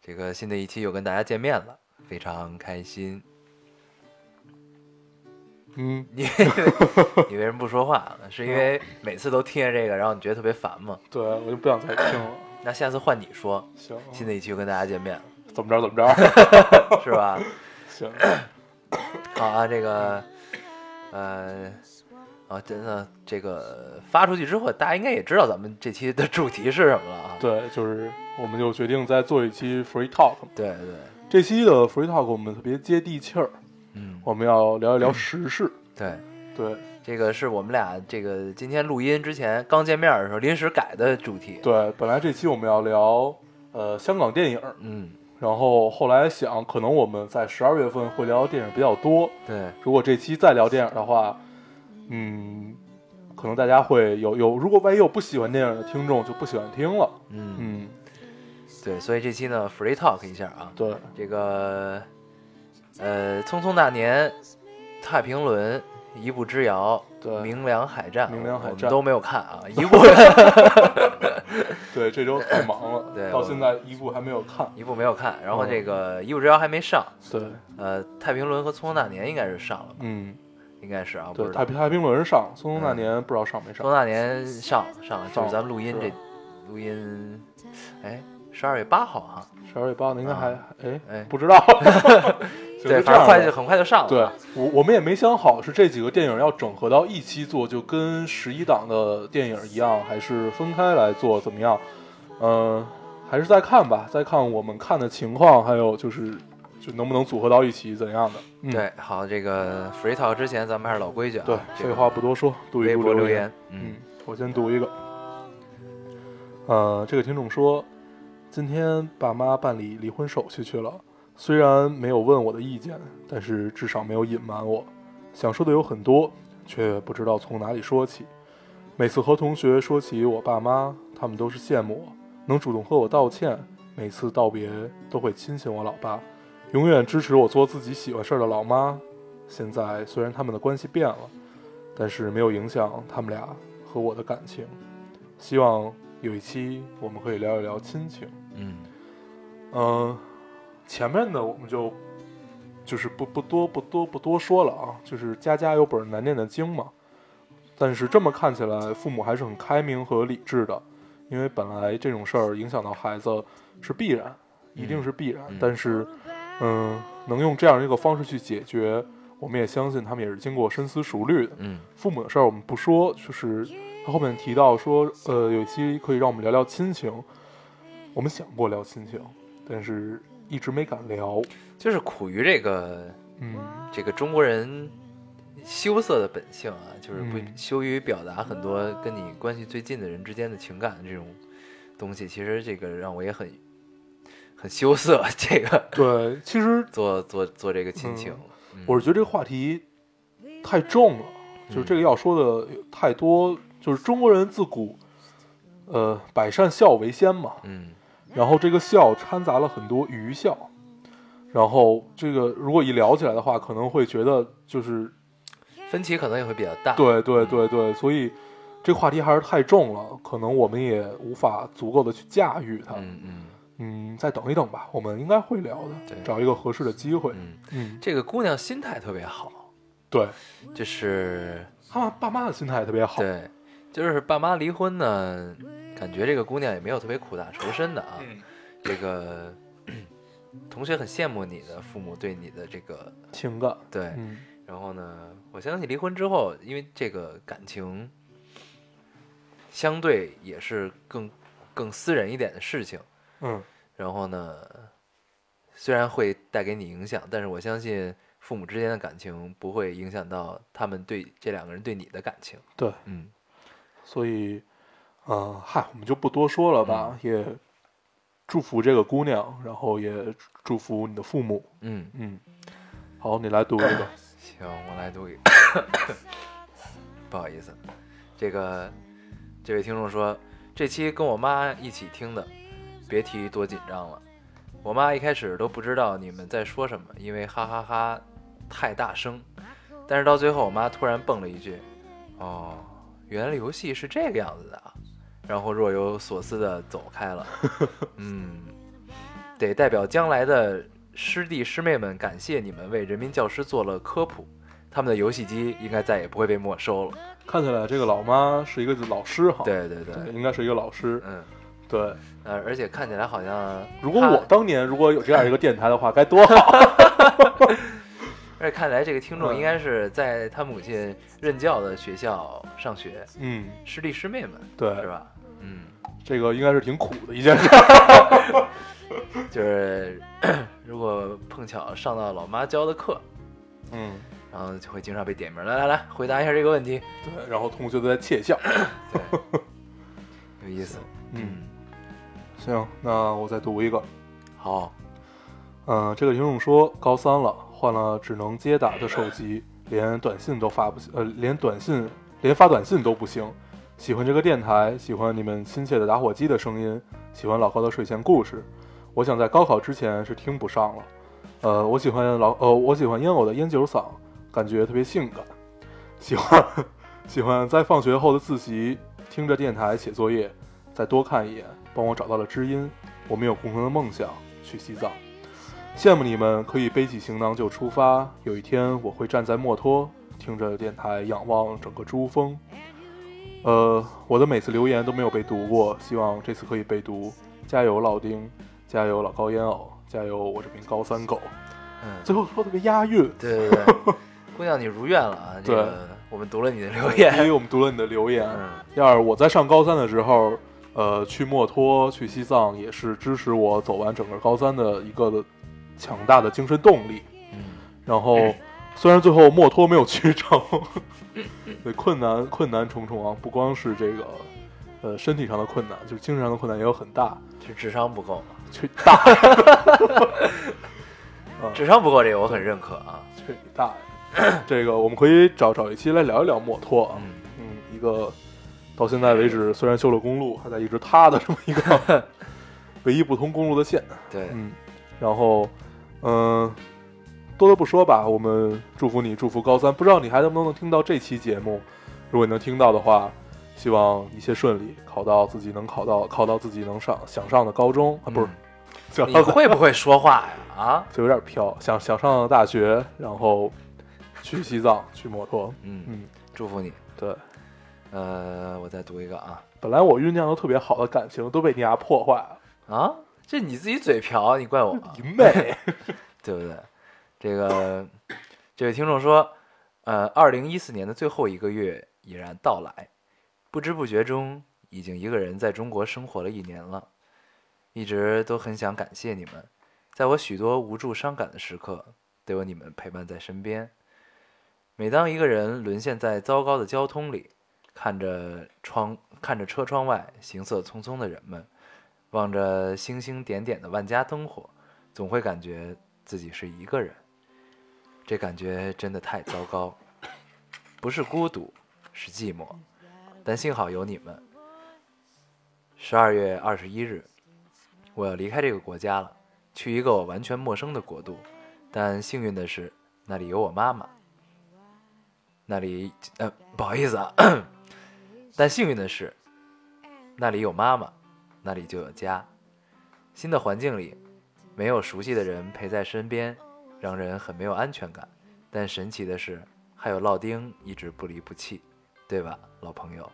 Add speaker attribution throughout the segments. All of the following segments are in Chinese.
Speaker 1: 这个新的一期又跟大家见面了，非常开心。
Speaker 2: 嗯，
Speaker 1: 你你为什么不说话？是因为每次都听见这个，然后你觉得特别烦吗？
Speaker 2: 对我就不想再听了。
Speaker 1: 那下次换你说，
Speaker 2: 行，
Speaker 1: 新的一期又跟大家见面了，
Speaker 2: 怎么着怎么着，
Speaker 1: 是吧？
Speaker 2: 行，
Speaker 1: 好啊，这个，呃，啊，真的，这个发出去之后，大家应该也知道咱们这期的主题是什么了啊？
Speaker 2: 对，就是我们就决定再做一期 free talk 嘛。
Speaker 1: 对对，
Speaker 2: 这期的 free talk 我们特别接地气儿，
Speaker 1: 嗯，
Speaker 2: 我们要聊一聊时事。
Speaker 1: 对，
Speaker 2: 对
Speaker 1: 这个是我们俩这个今天录音之前刚见面的时候临时改的主题。
Speaker 2: 对，本来这期我们要聊呃香港电影，
Speaker 1: 嗯，
Speaker 2: 然后后来想可能我们在十二月份会聊电影比较多，
Speaker 1: 对，
Speaker 2: 如果这期再聊电影的话，嗯，可能大家会有有，如果万一有不喜欢电影的听众就不喜欢听了。
Speaker 1: 嗯，
Speaker 2: 嗯，
Speaker 1: 对，所以这期呢，free talk 一下啊，
Speaker 2: 对，
Speaker 1: 这个，呃，《匆匆那年》、《太平轮》、《一步之遥》、
Speaker 2: 对
Speaker 1: 《明梁海战》、
Speaker 2: 明梁海
Speaker 1: 我们
Speaker 2: 战
Speaker 1: 都没有看 啊，一部
Speaker 2: 对，这周太忙了，
Speaker 1: 对
Speaker 2: 到
Speaker 1: 我
Speaker 2: 现在一部还没有看。
Speaker 1: 一部没有看，然后这
Speaker 2: 嗯
Speaker 1: 个《一步之遥》还没上，
Speaker 2: 对，
Speaker 1: 呃，《太平轮》和《匆匆那年》应该是上了吧？
Speaker 2: 嗯，
Speaker 1: 应该是啊，不
Speaker 2: 对，
Speaker 1: 知道嗯
Speaker 2: 太
Speaker 1: 《
Speaker 2: 平太平轮上，《匆匆那年》不知道上没
Speaker 1: 匆匆
Speaker 2: 上。
Speaker 1: 那年》上上了，就是
Speaker 2: 上
Speaker 1: 咱们录音这
Speaker 2: 是
Speaker 1: 录音，哎，十二月八号啊，
Speaker 2: 十二月八号应该还哎
Speaker 1: 哎，
Speaker 2: 不知 道，行
Speaker 1: 对，
Speaker 2: 就这
Speaker 1: 反正
Speaker 2: 样
Speaker 1: 快就
Speaker 2: 吧。
Speaker 1: 很快就上了，
Speaker 2: 对我我们也没想好是这几个电影要整合到一期做，就跟十一档的电影一样，还是分开来做怎么样？嗯、还是再看吧，再看我们看的情况，还有就是就能不能组合到一起怎样的？嗯，
Speaker 1: 对，好，这个 free talk 之前咱们还是老规矩啊，
Speaker 2: 对，
Speaker 1: 这
Speaker 2: 废
Speaker 1: 个
Speaker 2: 话不多说，读一
Speaker 1: 微
Speaker 2: 读
Speaker 1: 博留
Speaker 2: 言
Speaker 1: 言，嗯
Speaker 2: 嗯，我先读一个。呃，这个听众说，今天爸妈办理离婚手续去了，虽然没有问我的意见，但是至少没有隐瞒我。想说的有很多，却不知道从哪里说起。每次和同学说起我爸妈，他们都是羡慕我，能主动和我道歉。每次道别都会亲亲我老爸，永远支持我做自己喜欢事儿的老妈。现在虽然他们的关系变了，但是没有影响他们俩和我的感情。希望有一期我们可以聊一聊亲情。
Speaker 1: 嗯，
Speaker 2: 嗯、前面的我们就就是不不多不多不多说了啊，就是家家有本难念的经嘛。但是这么看起来，父母还是很开明和理智的，因为本来这种事儿影响到孩子是必然，一定是必然。
Speaker 1: 嗯
Speaker 2: 但是，嗯、能用这样一个方式去解决，我们也相信他们也是经过深思熟虑的。
Speaker 1: 嗯
Speaker 2: 父母的事儿我们不说，就是他后面提到说，呃，有一期可以让我们聊聊亲情，我们想过聊亲情，但是一直没敢聊。
Speaker 1: 就是苦于这个
Speaker 2: 嗯，
Speaker 1: 这个中国人羞涩的本性啊，就是不
Speaker 2: 嗯
Speaker 1: 羞于表达很多跟你关系最近的人之间的情感这种东西。其实这个让我也很很羞涩，这个
Speaker 2: 对，其实
Speaker 1: 做做做这个亲情，嗯
Speaker 2: 我是觉得这个话题太重了，就是这个要说的太多，就是中国人自古，呃，百善孝为先嘛，
Speaker 1: 嗯
Speaker 2: 然后这个笑掺杂了很多愚笑，然后这个如果一聊起来的话，可能会觉得就是
Speaker 1: 分歧可能也会比较大。
Speaker 2: 对对对对，所以这个话题还是太重了，可能我们也无法足够的去驾驭它。
Speaker 1: 嗯嗯
Speaker 2: 嗯再等一等吧，我们应该会聊的
Speaker 1: 对，
Speaker 2: 找一个合适的机会。
Speaker 1: 嗯，
Speaker 2: 嗯，
Speaker 1: 这个姑娘心态特别好，
Speaker 2: 对，
Speaker 1: 就是
Speaker 2: 他们爸妈的心态也特别好。
Speaker 1: 对，就是爸妈离婚呢，感觉这个姑娘也没有特别苦大仇深的啊。
Speaker 2: 嗯，
Speaker 1: 这个 同学很羡慕你的父母对你的这个
Speaker 2: 情感，
Speaker 1: 对，
Speaker 2: 嗯，
Speaker 1: 然后呢，我相信离婚之后，因为这个感情相对也是更更私人一点的事情，
Speaker 2: 嗯，
Speaker 1: 然后呢，虽然会带给你影响，但是我相信父母之间的感情不会影响到他们对这两个人对你的感情。
Speaker 2: 对，呃
Speaker 1: 嗯
Speaker 2: 所以，嗯、嗨，我们就不多说了吧，也祝福这个姑娘，然后也祝福你的父母。
Speaker 3: 嗯，
Speaker 2: 嗯，好，你来读 一个。
Speaker 3: 行，我来读一个。不好意思，这个这位听众说，这期跟我妈一起听的，别提多紧张了。我妈一开始都不知道你们在说什么，因为哈哈哈太大声。但是到最后，我妈突然蹦了一句：“哦，原来游戏是这个样子的啊！”然后若有所思的走开了。嗯，得代表将来的师弟师妹们感谢你们为人民教师做了科普，他们的游戏机应该再也不会被没收了。
Speaker 2: 看起来这个老妈是一个老师哈，
Speaker 3: 对对
Speaker 2: 哦对，
Speaker 3: 对，
Speaker 2: 应该是一个老师。
Speaker 3: 嗯，
Speaker 2: 对，
Speaker 3: 呃，而且看起来好像，
Speaker 2: 如果
Speaker 3: 他
Speaker 2: 我当年如果有这样一个电台的话，该多好。
Speaker 3: 而且看来这个听众
Speaker 2: 嗯
Speaker 3: 应该是在他母亲任教的学校上学，
Speaker 2: 嗯，
Speaker 3: 师弟师妹们
Speaker 2: 对，
Speaker 3: 是吧？嗯，
Speaker 2: 这个应该是挺苦的一件事。
Speaker 3: 就是 如果碰巧上到老妈教的课，
Speaker 2: 嗯，
Speaker 3: 然后就会经常被点名。来来来，回答一下这个问题。
Speaker 2: 对，然后同学都在窃笑。
Speaker 3: 对，有意思。
Speaker 2: 嗯，，行，那我再读一个。
Speaker 3: 好，
Speaker 2: 嗯、这个听众说高三了，换了只能接打的手机，连短信都发不呃，连短信连发短信都不行。喜欢这个电台，喜欢你们亲切的打火机的声音，喜欢老高的睡前故事。我想在高考之前是听不上了。呃，我喜欢老呃，我喜欢烟偶的烟酒嗓，感觉特别性感。喜欢喜欢在放学后的自习听着电台写作业，再多看一眼，帮我找到了知音。我们有共同的梦想，去西藏。羡慕你们可以背起行囊就出发。有一天我会站在墨脱，听着电台，仰望整个珠峰。呃，我的每次留言都没有被读过，希望这次可以被读。加油，老丁！加油，老高烟偶！加油，我这名高三狗！
Speaker 3: 嗯，
Speaker 2: 最后说特别押韵，
Speaker 3: 对对对， 姑娘你如愿了啊！这个我们读了你的留言
Speaker 2: 因。为我们读了你的留言。
Speaker 3: 嗯，
Speaker 2: 要是我在上高三的时候，呃，去墨脱、去西藏也是支持我走完整个高三的一个强大的精神动力。
Speaker 3: 嗯嗯
Speaker 2: 然后虽然最后墨脱没有去成， 对，困难困难重重啊，不光是这个呃身体上的困难，就是精神上的困难也有很大，
Speaker 3: 是智商不够嘛？
Speaker 2: 去大
Speaker 3: 智商不够这个我很认可啊。
Speaker 2: 去你大 爷！这个我们可以找找一期来聊一聊墨脱啊，
Speaker 3: 嗯，
Speaker 2: 嗯，一个到现在为止虽然修了公路，还在一直塌的这么一 个唯一不通公路的线，
Speaker 3: 对，
Speaker 2: 嗯，然后，嗯、多的不说吧，我们祝福你，祝福高三。不知道你还能不能听到这期节目？如果你能听到的话，希望一切顺利，考到自己能考到，考到自己能上想上的高中啊，不是
Speaker 3: 嗯，
Speaker 2: 想
Speaker 3: 你
Speaker 2: 上的
Speaker 3: 会不会说话呀？啊，
Speaker 2: 就有点飘，想想上的大学，然后去西藏，去摩托。
Speaker 3: 嗯，
Speaker 2: 嗯，
Speaker 3: 祝福你。
Speaker 2: 对，
Speaker 3: 呃，我再读一个啊
Speaker 2: 本来我酝酿的特别好的感情都被你俩破坏了，
Speaker 3: 啊，这你自己嘴瓢，你怪我啊
Speaker 2: 你妹！
Speaker 3: 对不对？这个这位听众说，呃，二零一四年的最后一个月已然到来，不知不觉中已经一个人在中国生活了一年了，一直都很想感谢你们，在我许多无助伤感的时刻，都有你们陪伴在身边。每当一个人沦陷在糟糕的交通里，看着窗看着车窗外行色匆匆的人们，望着星星点点的万家灯火，总会感觉自己是一个人，这感觉真的太糟糕。不是孤独，是寂寞，但幸好有你们。十二月二十一日，我要离开这个国家了，去一个我完全陌生的国度。但幸运的是，那里有我妈妈。那里，呃，不好意思啊。 但幸运的是，那里有妈妈，那里就有家。新的环境里，没有熟悉的人陪在身边，让人很没有安全感。但神奇的是，还有烙丁一直不离不弃，对吧，老朋友？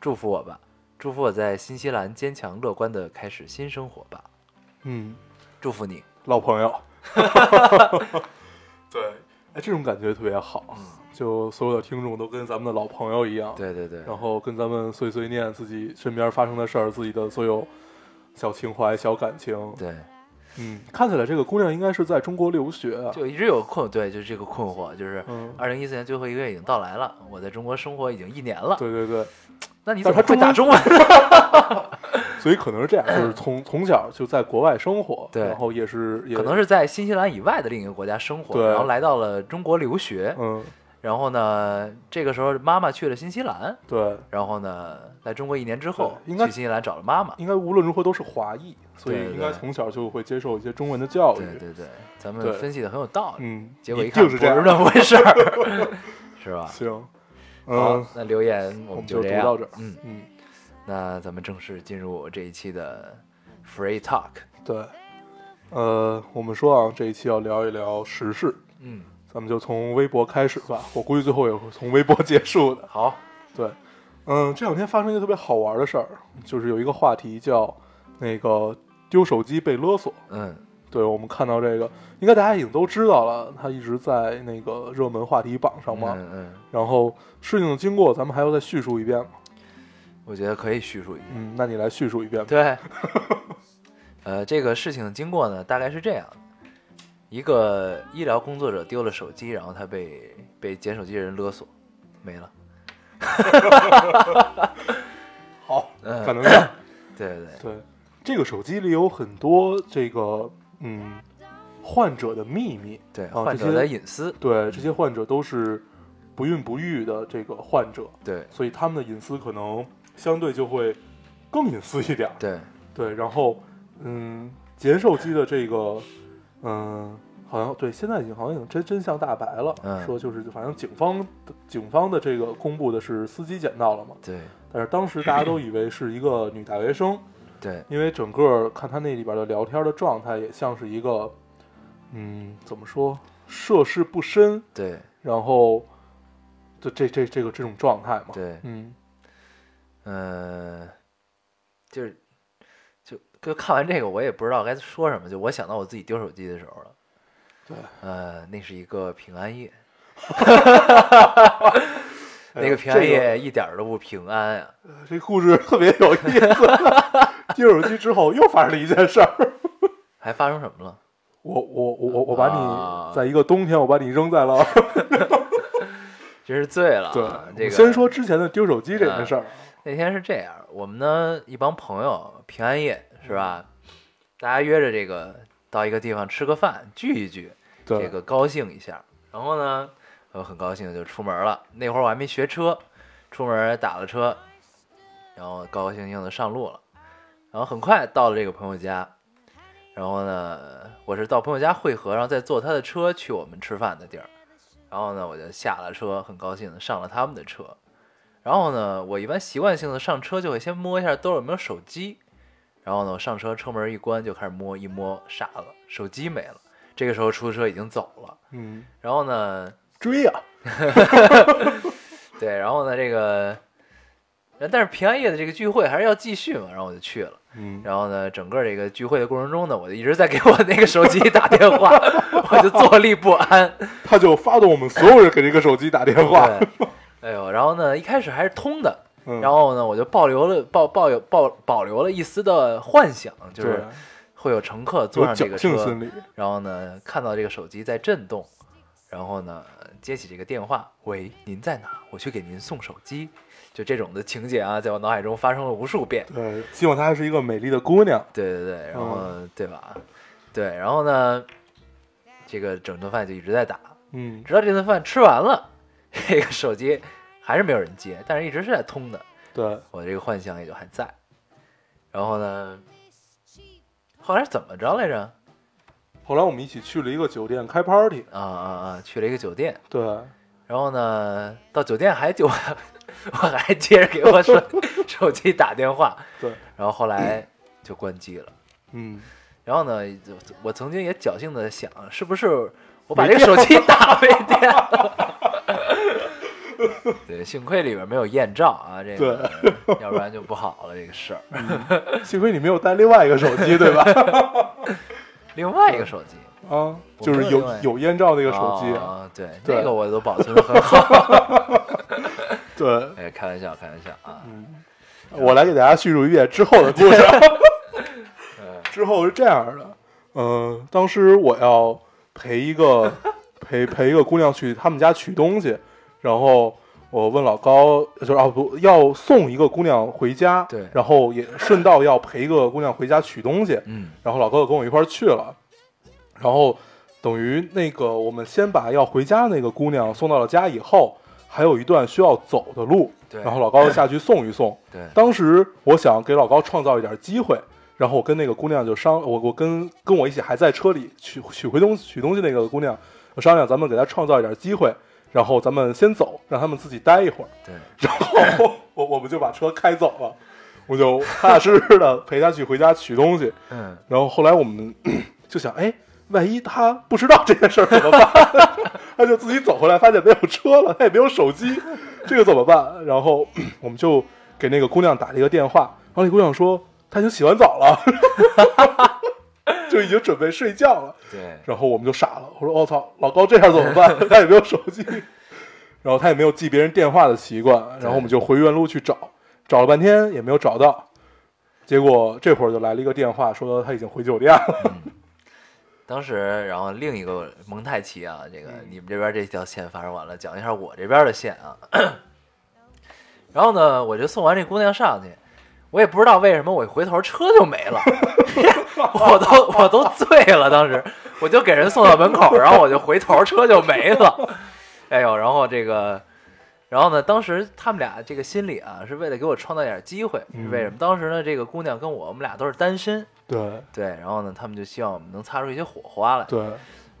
Speaker 3: 祝福我吧，祝福我在新西兰坚强乐观的开始新生活吧，
Speaker 2: 嗯，
Speaker 3: 祝福你。
Speaker 2: 老朋 友。对，哎，这种感觉特别好，就所有的听众都跟咱们的老朋友一样，
Speaker 3: 嗯对对对，
Speaker 2: 然后跟咱们碎碎念自己身边发生的事儿，自己的所有小情怀、小感情。
Speaker 3: 对，
Speaker 2: 嗯，看起来这个姑娘应该是在中国留学啊，
Speaker 3: 就一直有困，对，就是这个困惑，就是
Speaker 2: 嗯，
Speaker 3: 二零一四年最后一个月已经到来了，我在中国生活已经一年了，
Speaker 2: 对对对，
Speaker 3: 那你
Speaker 2: 但
Speaker 3: 怎
Speaker 2: 是
Speaker 3: 么
Speaker 2: 她
Speaker 3: 会打中文？
Speaker 2: 所以可能是这样，就是从 从小就在国外生活，
Speaker 3: 对
Speaker 2: 然后也是也
Speaker 3: 可能是在新西兰以外的另一个国家生活，
Speaker 2: 对
Speaker 3: 然后来到了中国留学，
Speaker 2: 嗯，
Speaker 3: 然后呢，这个时候妈妈去了新西兰，
Speaker 2: 对，
Speaker 3: 然后呢，来中国一年之后
Speaker 2: 对应该
Speaker 3: 去新西兰找了妈妈。
Speaker 2: 应该无论如何都是华裔，所以
Speaker 3: 对对
Speaker 2: 应该从小就会接受一些中文的教育，
Speaker 3: 对对对，咱
Speaker 2: 对
Speaker 3: 们分析的很有道理。
Speaker 2: 嗯，
Speaker 3: 结果
Speaker 2: 一
Speaker 3: 看
Speaker 2: 定
Speaker 3: 不
Speaker 2: 是
Speaker 3: 是
Speaker 2: 这样，
Speaker 3: 那么回 事儿，是吧？
Speaker 2: 行，嗯
Speaker 3: 好，那留言
Speaker 2: 我们
Speaker 3: 我们
Speaker 2: 就
Speaker 3: 这
Speaker 2: 读
Speaker 3: 样，
Speaker 2: 到这儿
Speaker 3: 嗯，
Speaker 2: 嗯，
Speaker 3: 那咱们正式进入这一期的 Free Talk。
Speaker 2: 对，呃，我们说啊，这一期要聊一聊时事，
Speaker 3: 嗯，
Speaker 2: 咱们就从微博开始吧，我估计最后也会从微博结束的。
Speaker 3: 好，
Speaker 2: 对，嗯，这两天发生一个特别好玩的事儿，就是有一个话题叫那个丢手机被勒索。
Speaker 3: 嗯，
Speaker 2: 对，我们看到这个，应该大家已经都知道了，它一直在那个热门话题榜上嘛。
Speaker 3: 嗯嗯，
Speaker 2: 然后事情的经过，咱们还要再叙述一遍吗？
Speaker 3: 我觉得可以叙述一下。
Speaker 2: 嗯，那你来叙述一遍吧。
Speaker 3: 对，呃，这个事情的经过呢，大概是这样的：一个医疗工作者丢了手机，然后他被被捡手机的人勒索，没了。
Speaker 2: 好，
Speaker 3: 嗯、
Speaker 2: 可能是。
Speaker 3: 对对对，
Speaker 2: 对，这个手机里有很多这个嗯患者的秘密，
Speaker 3: 对，
Speaker 2: 啊
Speaker 3: 患
Speaker 2: 这
Speaker 3: 者
Speaker 2: 些
Speaker 3: 的隐私，
Speaker 2: 对，这些患者都是不孕不育的这个患者，
Speaker 3: 对
Speaker 2: 所以他们的隐私可能相对就会更隐私一点儿。
Speaker 3: 对，
Speaker 2: 对，然后嗯，捡手机的这个嗯。好像对，现在已经好像已经真真相大白了。
Speaker 3: 嗯
Speaker 2: 说就是，反正警方警方的这个公布的是司机捡到了嘛，
Speaker 3: 对
Speaker 2: 但是当时大家都以为是一个女大学生，
Speaker 3: 对，
Speaker 2: 因为整个看他那里边的聊天的状态，也像是一个，嗯，怎么说，涉世不深，
Speaker 3: 对
Speaker 2: 然后这这这这个这种状态嘛，
Speaker 3: 对，
Speaker 2: 嗯，
Speaker 3: 嗯，就是就就看完这个，我也不知道该说什么，就我想到我自己丢手机的时候了。
Speaker 2: 对，
Speaker 3: 呃，那是一个平 安夜，
Speaker 2: 哎
Speaker 3: 那
Speaker 2: 呦
Speaker 3: 个平安
Speaker 2: 这
Speaker 3: 夜一点儿都不平安啊呀、
Speaker 2: 个这故事特别有意思。 丢手机之后又发生了一件事儿，
Speaker 3: 还发生什么了？
Speaker 2: 我我我我我把
Speaker 3: 啊
Speaker 2: 你在一个冬天，我把你扔在了，
Speaker 3: 真是醉了
Speaker 2: 对
Speaker 3: 啊。，
Speaker 2: 我
Speaker 3: 这
Speaker 2: 们
Speaker 3: 个啊
Speaker 2: 先说之前的丢手机这件事儿，
Speaker 3: 那天是这样，我们呢一帮朋友平安夜是吧？
Speaker 2: 嗯
Speaker 3: 大家约着这个到一个地方吃个饭，聚一聚，
Speaker 2: 对
Speaker 3: 这个高兴一下。然后呢，我很高兴地就出门了。那会儿我还没学车，出门打了车，然后高高兴兴的上路了。然后很快到了这个朋友家，然后呢，我是到朋友家汇合，然后再坐他的车去我们吃饭的地儿。然后呢，我就下了车，很高兴的上了他们的车。然后呢，我一般习惯性的上车就会先摸一下兜儿有没有手机。然后呢，我上车车门一关就开始摸，一摸傻了，手机没了。这个时候出租车已经走了。
Speaker 2: 嗯，
Speaker 3: 然后呢，
Speaker 2: 追啊，
Speaker 3: 对，然后呢，这个，呃但是平安夜的这个聚会还是要继续嘛，然后我就去了。
Speaker 2: 嗯，
Speaker 3: 然后呢，整个这个聚会的过程中呢，我就一直在给我那个手机打电话， 我就坐立不安。
Speaker 2: 他就发动我们所有人给这个手机打电话，
Speaker 3: 对，哎呦，然后呢，一开始还是通的，
Speaker 2: 嗯
Speaker 3: 然后呢，我就保留了抱抱有抱保留了一丝的幻想，就是会有乘客
Speaker 2: 对
Speaker 3: 坐
Speaker 2: 啊有
Speaker 3: 上这
Speaker 2: 侥
Speaker 3: 个
Speaker 2: 幸心
Speaker 3: 车，
Speaker 2: 理，
Speaker 3: 然后呢看到这个手机在震动，然后呢接起这个电话，喂，您在哪？我去给您送手机。就这种的情节啊，在我脑海中发生了无数遍。
Speaker 2: 对，希望她还是一个美丽的姑娘。
Speaker 3: 对对对，然后、对吧？对，然后呢，这个整顿饭就一直在打，
Speaker 2: 嗯，
Speaker 3: 直到这顿饭吃完了， 这个手机还是没有人接，但是一直是在通的。
Speaker 2: 对，
Speaker 3: 我这个幻想也就还在。然后呢，后来是怎么着来着？
Speaker 2: 后来我们一起去了一个酒店开 party，
Speaker 3: 啊啊啊！去了一个酒店，
Speaker 2: 对，
Speaker 3: 然后呢，到酒 店还就我还接着给 我手手机打电话，
Speaker 2: 对，
Speaker 3: 然后后来就关机了。
Speaker 2: 嗯，
Speaker 3: 然后呢，就我曾经也侥幸的想，是不是我把这个手机打没电了？ 对，幸亏里边没有艳照啊，这个， 要不然就不好了这个事儿。
Speaker 2: 幸亏你没有带另外一个手机，对吧？
Speaker 3: 另外一个手机，
Speaker 2: 啊，
Speaker 3: 我
Speaker 2: 就
Speaker 3: 没
Speaker 2: 是
Speaker 3: 有
Speaker 2: 有
Speaker 3: 另外
Speaker 2: 有艳照那个手机，
Speaker 3: 啊，对，
Speaker 2: 对
Speaker 3: 那个我都保存的很好。
Speaker 2: 对，
Speaker 3: 哎，开玩笑，开玩笑啊。
Speaker 2: 嗯我来给大家叙述一遍之后的故事。之后是这样的，嗯，当时我要陪一个陪陪一个姑娘去他们家取东西，然后我问老高，就是啊不要送一个姑娘回家，
Speaker 3: 对
Speaker 2: 然后也顺道要陪一个姑娘回家取东西，
Speaker 3: 嗯
Speaker 2: 然后老高就跟我一块儿去了，然后等于那个我们先把要回家那个姑娘送到了家以后，还有一段需要走的路，
Speaker 3: 对
Speaker 2: 然后老高下去送一送。
Speaker 3: 对
Speaker 2: 当时我想给老高创造一点机会，然后我跟那个姑娘就商，我我跟跟我一起还在车里取取回东西取东西那个姑娘我商量，咱们给她创造一点机会，然后咱们先走，让他们自己待一会儿。
Speaker 3: 对，
Speaker 2: 然后我我们就把车开走了，我就踏实的陪她去回家取东西。
Speaker 3: 嗯
Speaker 2: 然后后来我们 就想，哎，万一他不知道这件事儿怎么办？他就自己走回来，发现没有车了，哎他也没有手机，这个怎么办？然后 我们就给那个姑娘打了一个电话，然后那姑娘说她已经洗完澡了， 就已经准备睡觉了。
Speaker 3: 对
Speaker 2: 然后我们就傻了，我说我、哦操，老高这样怎么 办？他也没有手机， 然后他也没有记别人电话的习惯，然后我们就回原路去找，找了半天也没有找到，结果这会儿就来了一个电话，说他已经回酒店了。
Speaker 3: 当时，然后另一个蒙太奇啊，这个你们这边这条线发生完了，讲一下我这边的线啊。然后呢，我就送完这姑娘上去，我也不知道为什么，我一回头车就没了， 我都我都醉了，当时我就给人送到门口，然后我就回头车就没了， 哎呦，然后这个，然后呢，当时他们俩这个心理啊，是为了给我创造点机会，是为什么？当时呢，这个姑娘跟我我们俩都是单身，
Speaker 2: 对
Speaker 3: 对，然后呢，他们就希望我们能擦出一些火花来。
Speaker 2: 对，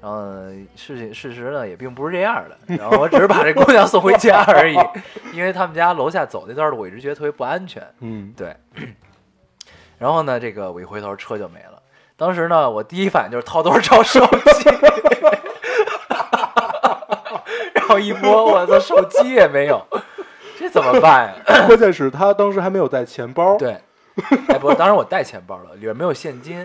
Speaker 3: 然后呢事情事实呢也并不是这样的，然后我只是把这姑娘送 回家而已，因为他们家楼下走那段路，我一直觉得特别不安全。
Speaker 2: 嗯，
Speaker 3: 对，然后呢，这个我一回头车就没了。当时呢，我第一反应就是掏兜儿找手机， 然后一摸，我的手机也没有，这怎么办呀？
Speaker 2: 关键是他当时还没有带钱包，
Speaker 3: 对，哎，不，当时我带钱包了，里边没有现金，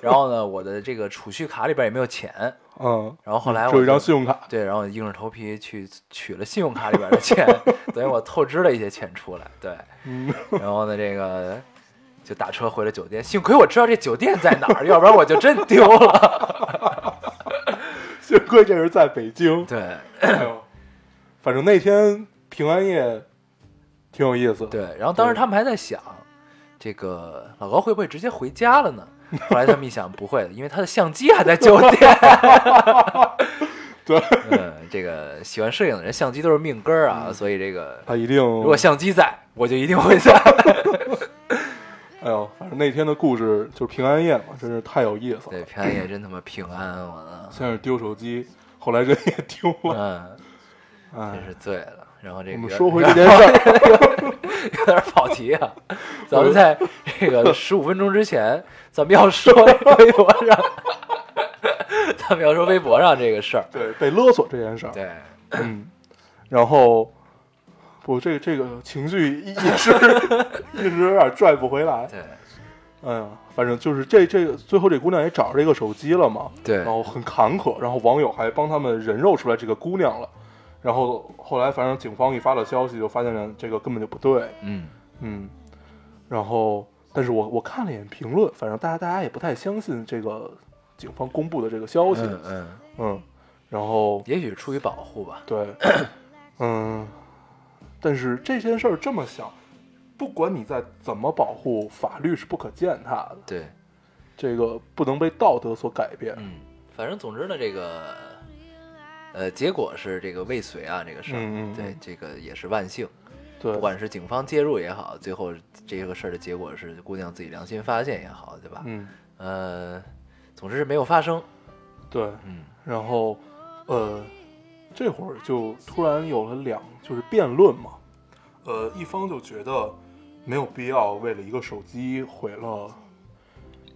Speaker 3: 然后呢，我的这个储蓄卡里边也没有钱，
Speaker 2: 嗯，
Speaker 3: 然后后来我
Speaker 2: 只有一张
Speaker 3: 就
Speaker 2: 信用卡，
Speaker 3: 对，然后硬着头皮去取了信用卡里边的钱， 等于我透支了一些钱出来，对，
Speaker 2: 嗯，
Speaker 3: 然后呢，这个就打车回了酒店，幸亏我知道这酒店在哪儿，要不然我就真丢了，
Speaker 2: 幸亏这是在北京，
Speaker 3: 对
Speaker 2: 哎呦反正那天平安夜挺有意思的，
Speaker 3: 对，然后当时他们还在想，这个老高会不会直接回家了呢？后来他们一想，不会的，因为他的相机还在酒店。
Speaker 2: 对，
Speaker 3: 嗯，这个喜欢摄影的人，相机都是命根儿啊，
Speaker 2: 嗯
Speaker 3: 所以这个
Speaker 2: 他一定
Speaker 3: 如果相机在，我就一定会 在。
Speaker 2: 哎呦，反正那天的故事就是平安夜嘛，真是太有意思
Speaker 3: 对，
Speaker 2: 了。
Speaker 3: 平安夜真他妈平安，我呢，
Speaker 2: 先是丢手机，后来人也丢了。
Speaker 3: 嗯，真
Speaker 2: 哎，
Speaker 3: 是醉了。然后这个
Speaker 2: 我们
Speaker 3: 有
Speaker 2: 说 回这件事儿，
Speaker 3: 有点跑题 啊，咱们在这个十五分钟之前，咱们要说微博上， 咱们要说微博上这个事儿。
Speaker 2: 对，被勒索这件事儿。
Speaker 3: 对，
Speaker 2: 嗯，然后不，这个这个情绪一一时 一时有点拽不回来。
Speaker 3: 对，
Speaker 2: 哎呀，反正就是这这个最后这姑娘也找着这个手机了嘛，
Speaker 3: 对
Speaker 2: 然后很坎坷，然后网友还帮他们人肉出来这个姑娘了，然后后来反正警方一发了消息，就发现这个根本就不对，
Speaker 3: 嗯，
Speaker 2: 嗯，然后，但是我我看了一眼评论，反正大家大家也不太相信这个警方公布的这个消息，
Speaker 3: 嗯嗯，
Speaker 2: 嗯然后
Speaker 3: 也许出于保护吧。
Speaker 2: 对，嗯，但是这件事儿这么想，不管你再怎么保护，法律是不可践踏的，
Speaker 3: 对，
Speaker 2: 这个不能被道德所改变，
Speaker 3: 嗯，反正总之呢，这个呃，结果是这个未遂啊，这个事儿，
Speaker 2: 嗯嗯嗯
Speaker 3: 对，这个也是万幸。
Speaker 2: 对
Speaker 3: 不，管是警方介入也好，最后这个事儿的结果是姑娘自己良心发现也好，对吧？
Speaker 2: 嗯，
Speaker 3: 呃，总之是没有发生。
Speaker 2: 对，
Speaker 3: 嗯，
Speaker 2: 然后，呃，这会儿就突然有了两就是辩论嘛，呃，一方就觉得没有必要为了一个手机毁了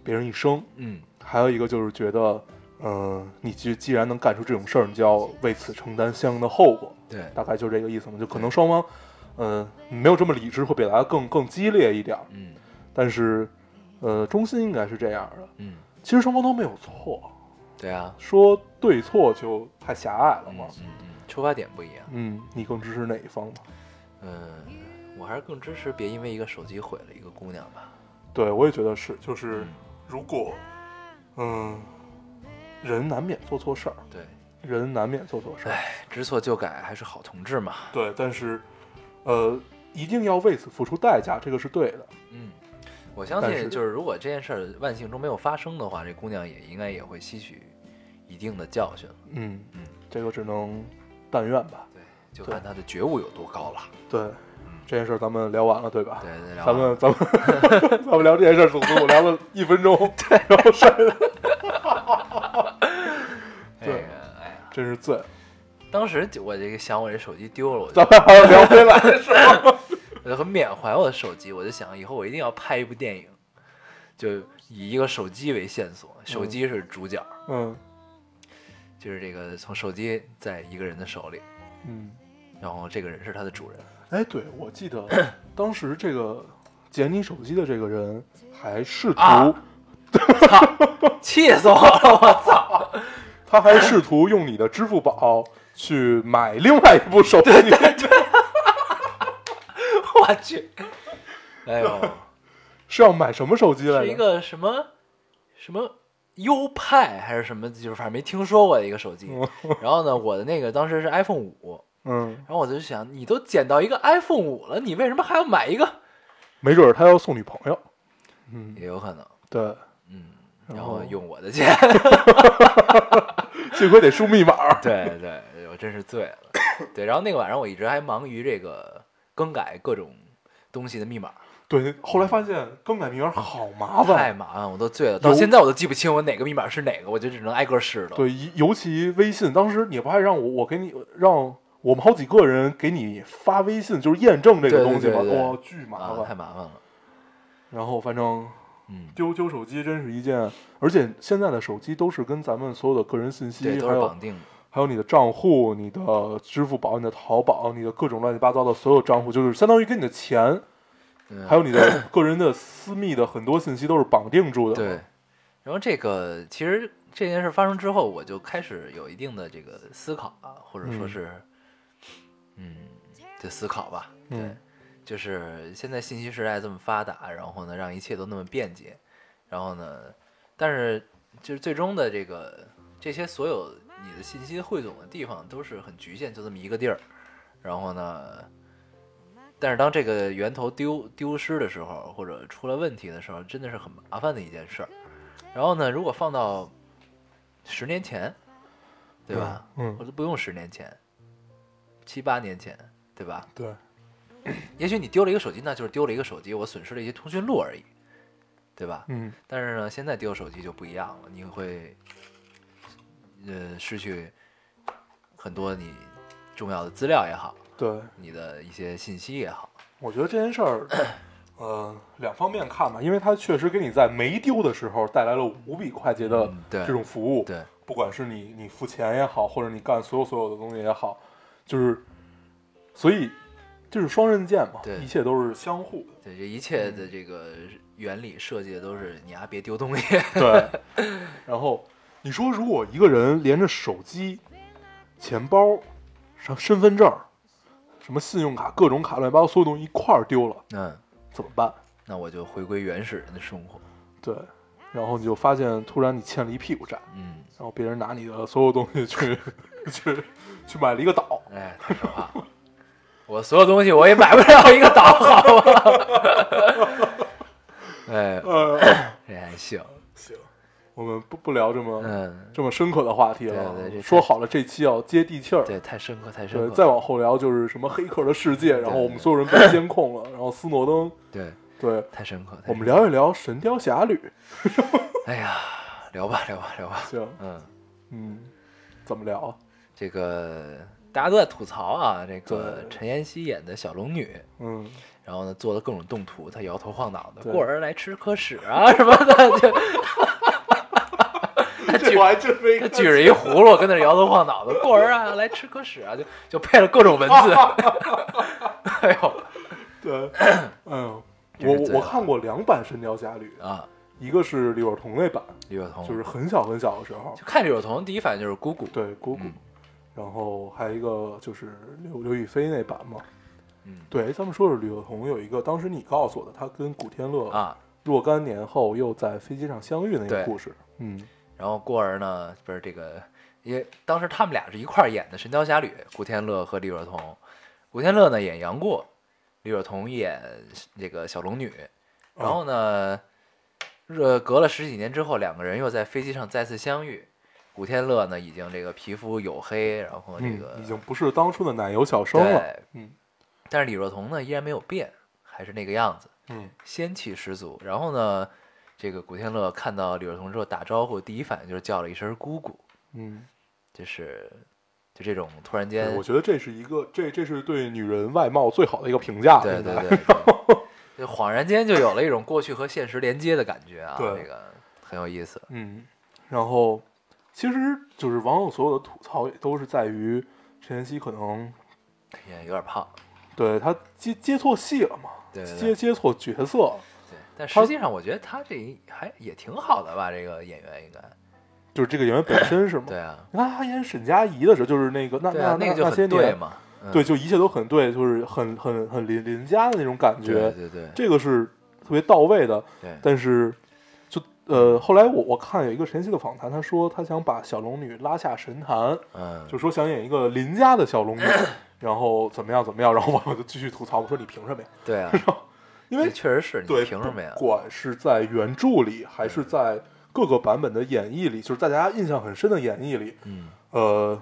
Speaker 2: 别人一生，
Speaker 3: 嗯，
Speaker 2: 还有一个就是觉得，嗯、你既既然能干出这种事儿，你就要为此承担相应的后果，
Speaker 3: 对，
Speaker 2: 大概就这个意思嘛，就可能双方，嗯、没有这么理智，会表达得更更激烈一点儿，
Speaker 3: 嗯
Speaker 2: 但是，呃，中心应该是这样的，
Speaker 3: 嗯，
Speaker 2: 其实双方都没有错。
Speaker 3: 对啊，
Speaker 2: 说对错就太狭隘了嘛。
Speaker 3: 嗯嗯，出发点不一样。
Speaker 2: 嗯，你更支持哪一方吧？
Speaker 3: 嗯，我还是更支持别因为一个手机毁了一个姑娘吧。
Speaker 2: 对，我也觉得是，就是
Speaker 3: 嗯
Speaker 2: 如果，嗯，人难免做错事儿，
Speaker 3: 对，
Speaker 2: 人难免做错事儿，
Speaker 3: 哎，知错就改还是好同志嘛。
Speaker 2: 对，但是呃，一定要为此付出代价，这个是对的。
Speaker 3: 嗯，我相
Speaker 2: 但
Speaker 3: 信
Speaker 2: 是
Speaker 3: 就是如果这件事儿万幸中没有发生的话，这姑娘也应该也会吸取一定的教训了。
Speaker 2: 嗯
Speaker 3: 嗯，
Speaker 2: 这个只能但愿吧。
Speaker 3: 对，就
Speaker 2: 对
Speaker 3: 看她的觉悟有多高了。
Speaker 2: 对，这件事儿咱们聊完了，对吧？
Speaker 3: 对，再聊
Speaker 2: 咱们 咱们咱们聊这件事儿，足足聊了一分 钟，然后摔了，
Speaker 3: 哎
Speaker 2: 对
Speaker 3: 呀哎呀，
Speaker 2: 真是醉了。
Speaker 3: 当时就我这个想我这手机丢了，我就
Speaker 2: 咱们还是聊回 来，是吧？
Speaker 3: 我就很缅怀我的手机，我就想以后我一定要拍一部电影，就以一个手机为线索，手机是主角，
Speaker 2: 嗯
Speaker 3: 就是这个从手机在一个人的手里，
Speaker 2: 嗯。
Speaker 3: 然后这个人是他的主人，
Speaker 2: 哎，对，我记得当时这个捡你手机的这个人还试图，
Speaker 3: 啊气死我了！我操！
Speaker 2: 他还试图用你的支付宝去买另外一部手机。
Speaker 3: 我去，哎 呦，
Speaker 2: 是要买什么手机来着？
Speaker 3: 是一个什么什么优派还是什么，就是反正没听说过的一个手机。然后呢，我的那个当时是 iPhone 五，
Speaker 2: 嗯，
Speaker 3: 然后我就想，你都捡到一个 iPhone 五了，你为什么还要买一个？
Speaker 2: 没准儿他要送女朋友。嗯，
Speaker 3: 也有可能，
Speaker 2: 对，
Speaker 3: 嗯，
Speaker 2: 然
Speaker 3: 然
Speaker 2: 后
Speaker 3: 后用我的钱，
Speaker 2: 幸亏得输密码。
Speaker 3: 对对，我真是醉了。对，然后那个晚上我一直还忙于这个更改各种东西的密码，
Speaker 2: 对，后来发现更改密码好麻
Speaker 3: 太
Speaker 2: 烦。
Speaker 3: 麻烦，我都醉了，到现在我都记不清我哪个密码是哪个，我就只能挨个试了。
Speaker 2: 对，一尤其微信，当时你不还让我我给你让我们好几个人给你发微信，就是验证这个
Speaker 3: 对对
Speaker 2: 东西嘛，
Speaker 3: 对对
Speaker 2: 哇，巨麻
Speaker 3: 啊，太
Speaker 2: 烦。
Speaker 3: 麻烦了。
Speaker 2: 然后反正
Speaker 3: 嗯，
Speaker 2: 丢丢手机真是一件，而且现在的手机都是跟咱们所有的个人信息，
Speaker 3: 对，都
Speaker 2: 还
Speaker 3: 是
Speaker 2: 有
Speaker 3: 绑定的。
Speaker 2: 还有你的账户、你的支付宝、你的淘宝、你的各种乱七八糟的所有账户，就是相当于跟你的钱，
Speaker 3: 嗯
Speaker 2: 还有你的个人的私密的很多信息都是绑定住的。
Speaker 3: 对，然后这个其实这件事发生之后，我就开始有一定的这个思考啊，或者说
Speaker 2: 嗯
Speaker 3: 是，嗯，就思考吧。对，
Speaker 2: 嗯
Speaker 3: 就是现在信息时代这么发达，然后呢，让一切都那么便捷，然后呢，但是就是最终的这个这些所有你的信息汇总的地方都是很局限，就这么一个地儿。然后呢，但是当这个源头丢丢失的时候，或者出了问题的时候，真的是很麻烦的一件事儿。然后呢，如果放到十年前，对吧？
Speaker 2: 嗯
Speaker 3: 我都不用十年前，七八年前，对吧？
Speaker 2: 对，
Speaker 3: 也许你丢了一个手机，那就是丢了一个手机，我损失了一些通讯录而已，对吧？
Speaker 2: 嗯，
Speaker 3: 但是呢，现在丢手机就不一样了，你会，呃，失去很多你重要的资料也好，
Speaker 2: 对，
Speaker 3: 你的一些信息也好，
Speaker 2: 我觉得这件事儿，呃，两方面看吧，因为它确实给你在没丢的时候带来了无比快捷的
Speaker 3: 嗯对
Speaker 2: 这种服务。
Speaker 3: 对，
Speaker 2: 不管是你你付钱也好，或者你干所有所有的东西也好，就是，所以就是双刃剑嘛，
Speaker 3: 对
Speaker 2: 一切都是相互的。
Speaker 3: 对，这一切的这个原理设计的都是你啊还别丢东西，
Speaker 2: 对，然后你说，如果一个人连着手机、钱包、上身份证、什么信用卡、各种卡乱七八糟所有东西一块儿丢了，
Speaker 3: 嗯，
Speaker 2: 怎么办？
Speaker 3: 那我就回归原始人的生活，
Speaker 2: 对，然后你就发现突然你欠了一屁股债，
Speaker 3: 嗯，
Speaker 2: 然后别人拿你的所有东西去去去买了一个岛，
Speaker 3: 哎，太可怕了， 我所有东西我也买不了一个岛，好吧？ 哎，
Speaker 2: 呃，
Speaker 3: 这还行，
Speaker 2: 我们不不聊这么。
Speaker 3: 嗯，
Speaker 2: 这么深刻的话题了，啊
Speaker 3: 对对这太
Speaker 2: 说好了这期要接地气儿，
Speaker 3: 对，太深刻，太深
Speaker 2: 对，
Speaker 3: 刻，
Speaker 2: 再往后聊就是什么黑客的世界，然后我们所有人 被监控了，然后斯诺登，
Speaker 3: 对，
Speaker 2: 对，
Speaker 3: 太深刻。太
Speaker 2: 我们聊一聊《神雕侠侣
Speaker 3: 哎呀，聊吧，聊吧，聊吧》。。
Speaker 2: 行，
Speaker 3: 嗯，
Speaker 2: 嗯，怎么聊啊？
Speaker 3: 这个大家都在吐槽啊，这个
Speaker 2: 对
Speaker 3: 陈妍希演的小龙女，
Speaker 2: 嗯，
Speaker 3: 然后呢做了各种动图，她摇头晃脑的，
Speaker 2: 对
Speaker 3: 过儿来吃颗屎啊什么的，就
Speaker 2: 这我还真没
Speaker 3: 她
Speaker 2: 看
Speaker 3: 举 着一葫芦跟那儿摇头晃脑的，过儿啊来吃颗屎啊，就就配了各种文字。 哎呦
Speaker 2: 对，哎呦，
Speaker 3: 这
Speaker 2: 我
Speaker 3: 是
Speaker 2: 我
Speaker 3: 醉了
Speaker 2: 我看过两版《神雕侠侣
Speaker 3: 啊，》，
Speaker 2: 一个是李若彤那版，
Speaker 3: 李若彤
Speaker 2: 就是很小很小的时候
Speaker 3: 就，看李若彤，第一反应就是姑姑，
Speaker 2: 对，姑姑，
Speaker 3: 嗯
Speaker 2: 然后还有一个就是刘刘亦菲那版嘛。
Speaker 3: 嗯
Speaker 2: 对，咱们说是李若彤有一个，当时你告诉我的，她跟古天乐
Speaker 3: 啊，
Speaker 2: 若干年后又在飞机上相遇那个
Speaker 3: 对
Speaker 2: 故事。嗯，
Speaker 3: 然后过儿呢，不是这个，因为当时他们俩是一块儿演的《神雕侠侣》，古天乐和李若彤。古天乐呢演杨过，李若彤演这个小龙女。
Speaker 2: 哦
Speaker 3: 然后呢，呃，隔了十几年之后，两个人又在飞机上再次相遇。古天乐呢，已经这个皮肤黝黑，然后这个、
Speaker 2: 嗯，已经不是当初的奶油小生了。
Speaker 3: 对，
Speaker 2: 嗯
Speaker 3: 但是李若彤呢依然没有变，还是那个样子，
Speaker 2: 嗯
Speaker 3: 仙气十足。然后呢，这个古天乐看到李若彤之后打招呼，第一反应就是叫了一声“姑姑
Speaker 2: 嗯，”，
Speaker 3: 就是就这种突然
Speaker 2: 对
Speaker 3: 间
Speaker 2: 我，觉得这是一个，这这是对女人外貌最好的一个评价。
Speaker 3: 对
Speaker 2: 现在
Speaker 3: 对 对，对就恍然间就有了一种过去和现实连接的感觉啊，
Speaker 2: 对
Speaker 3: 这个很有意思。
Speaker 2: 嗯，然后其实就是网友所有的吐槽也都是在于陈妍希可能
Speaker 3: 也有点胖，
Speaker 2: 对她接接错戏了嘛，
Speaker 3: 对对
Speaker 2: 接
Speaker 3: 对
Speaker 2: 接错角色了，
Speaker 3: 对，但
Speaker 2: 他
Speaker 3: 实际上我觉得他这还也挺好的吧，这个演员应该
Speaker 2: 就是这个演员本身是吗？
Speaker 3: 对啊，
Speaker 2: 你看她演沈佳宜的时候，就是那个那
Speaker 3: 对啊，
Speaker 2: 那
Speaker 3: 个就
Speaker 2: 那些
Speaker 3: 很对
Speaker 2: 年，
Speaker 3: 嘛，嗯
Speaker 2: 对，就一切都很对，就是很很很邻邻家的那种感
Speaker 3: 对
Speaker 2: 觉，
Speaker 3: 对对
Speaker 2: 这个是特别到位的。
Speaker 3: 对，
Speaker 2: 但是就呃，后来我我看有一个晨曦的访谈，他说他想把小龙女拉下神坛，
Speaker 3: 嗯，
Speaker 2: 就说想演一个邻家的小龙女， 然后怎么样怎么样，然后网友就继续吐槽，我说你凭什么呀？
Speaker 3: 对啊，
Speaker 2: 因
Speaker 3: 这
Speaker 2: 为
Speaker 3: 确实是你
Speaker 2: 对，
Speaker 3: 凭什么呀
Speaker 2: 不？管是在原著里，还是在各个版本的演绎里，就是大家印象很深的演绎里，
Speaker 3: 嗯，
Speaker 2: 呃。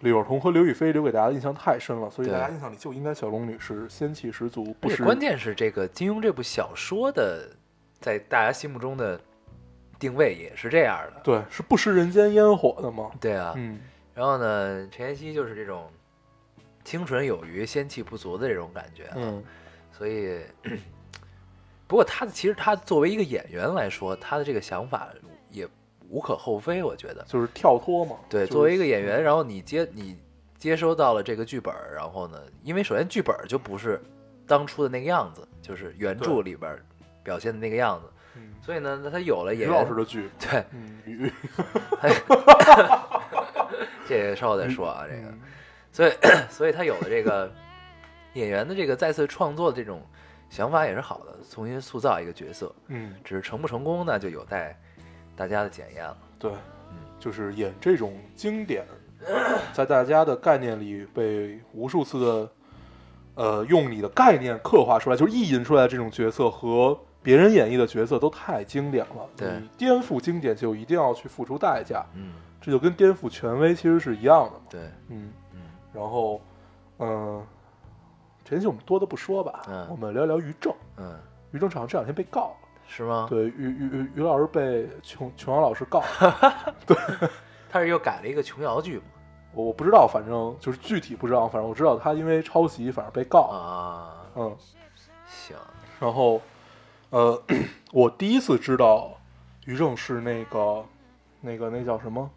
Speaker 2: 李若彤和刘亦菲留给大家的印象太深了，所以
Speaker 3: 对
Speaker 2: 大家印象里就应该小龙女是仙气十足，不
Speaker 3: 而且
Speaker 2: 是
Speaker 3: 关键是这个金庸这部小说的，在大家心目中的定位也是这样的。
Speaker 2: 对，是不食人间烟火的嘛。
Speaker 3: 对啊，
Speaker 2: 嗯，
Speaker 3: 然后呢，陈妍希就是这种清纯有余、仙气不足的这种感觉啊、
Speaker 2: 嗯，
Speaker 3: 所以， 不过他其实他作为一个演员来说，他的这个想法也无可厚非，我觉得。
Speaker 2: 就是跳脱嘛。
Speaker 3: 对，
Speaker 2: 就是嗯
Speaker 3: 作为一个演员，然后你接你接收到了这个剧本儿，然后呢，因为首先剧本儿就不是当初的那个样子，就是原著里边儿表现的那个样子，
Speaker 2: 嗯
Speaker 3: 所以呢，那他有了
Speaker 2: 于
Speaker 3: 演
Speaker 2: 老师
Speaker 3: 员，
Speaker 2: 的剧，
Speaker 3: 对，
Speaker 2: 嗯，于
Speaker 3: 这个稍后再说啊，这个，
Speaker 2: 嗯
Speaker 3: 所以 所以他有了这个演员的这个再次创作的这种想法也是好的，重新塑造一个角色，
Speaker 2: 嗯，
Speaker 3: 只是成不成功呢，就有待大家的检验了。
Speaker 2: 对，就是演这种经典，在大家的概念里被无数次的，呃，用你的概念刻画出来，就是意淫出来的这种角色和别人演绎的角色都太经典了。
Speaker 3: 对
Speaker 2: 你颠覆经典就一定要去付出代价，
Speaker 3: 嗯，
Speaker 2: 这就跟颠覆权威其实是一样的嘛。
Speaker 3: 对，
Speaker 2: 嗯，
Speaker 3: 嗯，
Speaker 2: 然后，嗯、陈曦我们多的不说吧，
Speaker 3: 嗯
Speaker 2: 我们聊聊于正。
Speaker 3: 嗯，
Speaker 2: 于正好像这两天被告了。
Speaker 3: 是吗？
Speaker 2: 对，于于于于老师被琼琼瑶老师告，
Speaker 3: 他是又改了一个琼瑶剧嘛？
Speaker 2: 我我不知道，反正就是具体不知道，反正我知道他因为抄袭，反正被告。
Speaker 3: 啊，
Speaker 2: 嗯，
Speaker 3: 行，
Speaker 2: 然后，呃，我第一次知道于正是那个那个那叫什么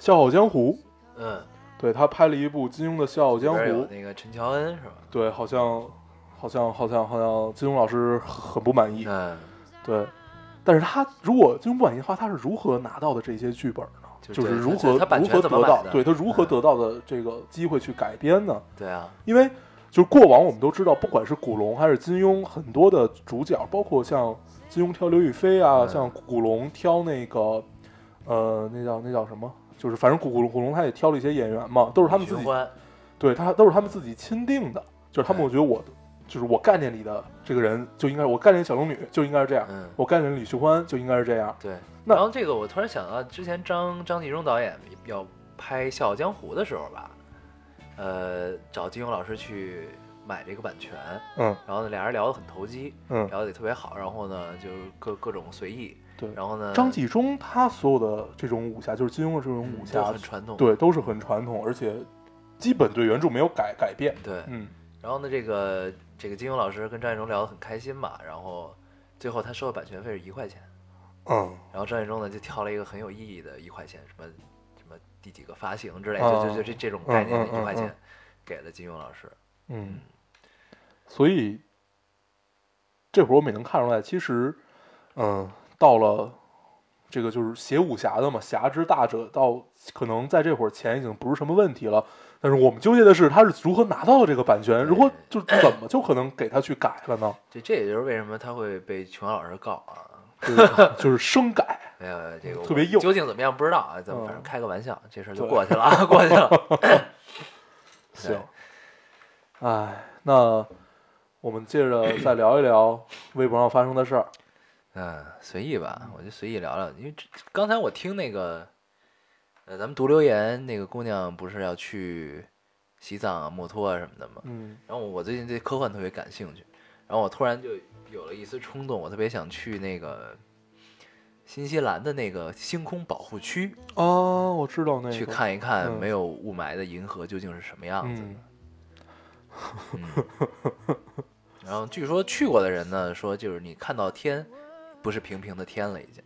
Speaker 2: 《笑傲江湖
Speaker 3: 嗯，》，
Speaker 2: 对他拍了一部金庸的《笑傲
Speaker 3: 里
Speaker 2: 江湖
Speaker 3: 边有》，那个陈乔恩是吧？
Speaker 2: 对，好像好像好像好像金庸老师很不满意，
Speaker 3: 嗯，
Speaker 2: 对。但是他如果金庸不满意的话，他是如何拿到的这些剧本呢？
Speaker 3: 就
Speaker 2: 就是
Speaker 3: 对
Speaker 2: 如
Speaker 3: 他
Speaker 2: 何
Speaker 3: 他版
Speaker 2: 如
Speaker 3: 权
Speaker 2: 何
Speaker 3: 怎么
Speaker 2: 得
Speaker 3: 买
Speaker 2: 到，
Speaker 3: 的
Speaker 2: 对他如何
Speaker 3: 嗯
Speaker 2: 得到的这个机会去改编呢？
Speaker 3: 对啊，
Speaker 2: 因为就是过往我们都知道，不管是古龙还是金庸，很多的主角，包括像金庸挑刘亦菲啊，
Speaker 3: 嗯
Speaker 2: 像古龙挑那个呃，那叫那叫什么？就是反正古古龙古龙他也挑了一些演员嘛，都是他们自己
Speaker 3: 循环，
Speaker 2: 对他都是他们自己钦定的，就是他们
Speaker 3: 对
Speaker 2: 我觉得我就是我概念里的这个人就应该我概念小龙女就应该是这样，
Speaker 3: 嗯
Speaker 2: 我概念李寻欢就应该是这样，
Speaker 3: 对。
Speaker 2: 那
Speaker 3: 然后这个我突然想到，之前张张纪中导演要拍《笑傲江湖》的时候吧，呃，找金庸老师去买这个版权，
Speaker 2: 嗯
Speaker 3: 然后呢，俩人聊得很投机，
Speaker 2: 嗯，
Speaker 3: 聊得也特别好，然后呢，就是各各种随意，
Speaker 2: 对。
Speaker 3: 然后呢，
Speaker 2: 张纪中他所有的这种武侠，就是金庸的这种
Speaker 3: 嗯
Speaker 2: 武
Speaker 3: 都
Speaker 2: 侠
Speaker 3: 很，传统，
Speaker 2: 对，都是很传统，而且基本对原著没有改改变。
Speaker 3: 对，
Speaker 2: 嗯
Speaker 3: 然后呢，这个这个金庸老师跟张纪中聊得很开心嘛，然后最后他收的版权费是一块钱，
Speaker 2: 嗯，
Speaker 3: 然后张纪中呢就挑了一个很有意义的一块钱，什么什么第几个发行之类，
Speaker 2: 啊
Speaker 3: 就就就这这种概念的
Speaker 2: 嗯嗯
Speaker 3: 一块
Speaker 2: 嗯
Speaker 3: 钱给了金庸老师。
Speaker 2: 嗯，所以这会儿我们也能看出来，其实，嗯，到了这个就是写武侠的嘛，侠之大者，到可能在这会儿钱已经不是什么问题了。但是我们纠结的是，他是如何拿到的这个版权，如何就怎么就可能给他去改了 呢？
Speaker 3: 这这也就是为什么他会被琼瑶老师告啊。
Speaker 2: 就是就是生改，
Speaker 3: 没有这个
Speaker 2: 嗯特别
Speaker 3: 我
Speaker 2: 硬
Speaker 3: 究竟怎么样不知道啊，咱
Speaker 2: 嗯
Speaker 3: 们反正开个玩笑，这事儿就
Speaker 2: 对
Speaker 3: 过去了啊， 过去了。
Speaker 2: 行，哎，那我们接着再聊一 聊微博上发生的事儿。
Speaker 3: 嗯，随意吧，我就随意聊聊。因为这刚才我听那个，呃，咱们读留言那个姑娘不是要去西藏啊、墨脱啊什么的吗？
Speaker 2: 嗯
Speaker 3: 然后我最近对科幻特别感兴趣，然后我突然就有了一丝冲动，我特别想去那个新西兰的那个星空保护区
Speaker 2: 啊，我知道那个
Speaker 3: 去看一看
Speaker 2: 嗯
Speaker 3: 没有雾霾的银河究竟是什么样子的。
Speaker 2: 嗯
Speaker 3: 嗯然后据说去过的人呢，说就是你看到天不是平平的天了，已经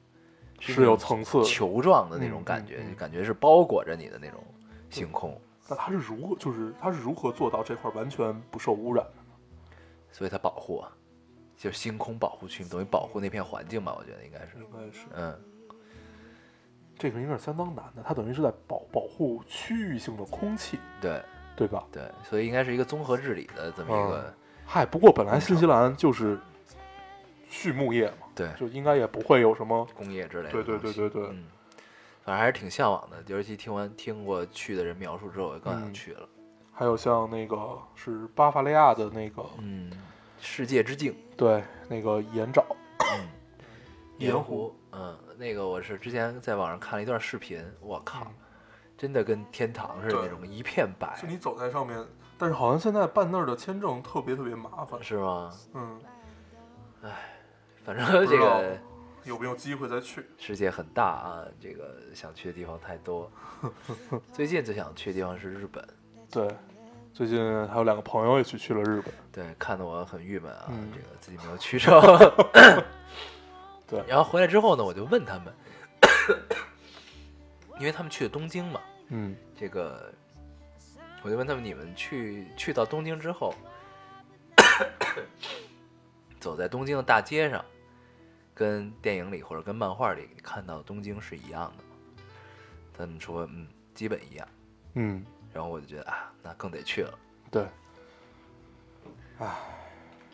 Speaker 2: 是有层次的。
Speaker 3: 球状的那种
Speaker 2: 嗯
Speaker 3: 感
Speaker 2: 嗯
Speaker 3: 觉，
Speaker 2: 嗯
Speaker 3: 就感觉是包裹着你的那种星空，
Speaker 2: 那它是如何就是它是如何做到这块完全不受污染的？
Speaker 3: 所以它保护啊，就是星空保护区，等于保护那片环境吧，我觉得应该是，
Speaker 2: 应该是
Speaker 3: 嗯。
Speaker 2: 这个应该是相当难的，它等于是在保保护区域性的空气，
Speaker 3: 对
Speaker 2: 对吧？
Speaker 3: 对，所以应该是一个综合治理的这么一个，
Speaker 2: 嗨，不过本来新西兰就是畜牧业嘛，
Speaker 3: 对
Speaker 2: 就应该也不会有什么
Speaker 3: 工业之类的东
Speaker 2: 对
Speaker 3: 西。
Speaker 2: 对对对对
Speaker 3: 嗯，反正还是挺向往的，尤其听完听过去的人描述之后，我更想
Speaker 2: 嗯
Speaker 3: 去了。
Speaker 2: 还有像那个是巴伐利亚的那个，
Speaker 3: 嗯，世界之境，
Speaker 2: 对，那个盐沼，
Speaker 3: 嗯，
Speaker 2: 盐
Speaker 3: 湖，嗯，那个我是之前在网上看了一段视频，我靠，真的跟天堂似的那
Speaker 2: 对
Speaker 3: 种一片白，
Speaker 2: 就你走在上面，但是好像现在办那儿的签证特别特别麻烦，
Speaker 3: 是吗？
Speaker 2: 嗯，
Speaker 3: 反正这
Speaker 2: 知道
Speaker 3: 个
Speaker 2: 有没有机会再去？
Speaker 3: 世界很大啊，这个想去的地方太多。最近最想去的地方是日本，
Speaker 2: 对，最近还有两个朋友也去去了日本，
Speaker 3: 对，看得我很郁闷啊，
Speaker 2: 嗯
Speaker 3: 这个自己没有去成。
Speaker 2: 对
Speaker 3: 然后回来之后呢，我就问他们， 因为他们去的东京嘛，
Speaker 2: 嗯，
Speaker 3: 这个我就问他们，你们去去到东京之后，走在东京的大街上，跟电影里或者跟漫画里看到的东京是一样的吗？他们说，嗯，基本一样。
Speaker 2: 嗯，
Speaker 3: 然后我就觉得啊，那更得去了。
Speaker 2: 对，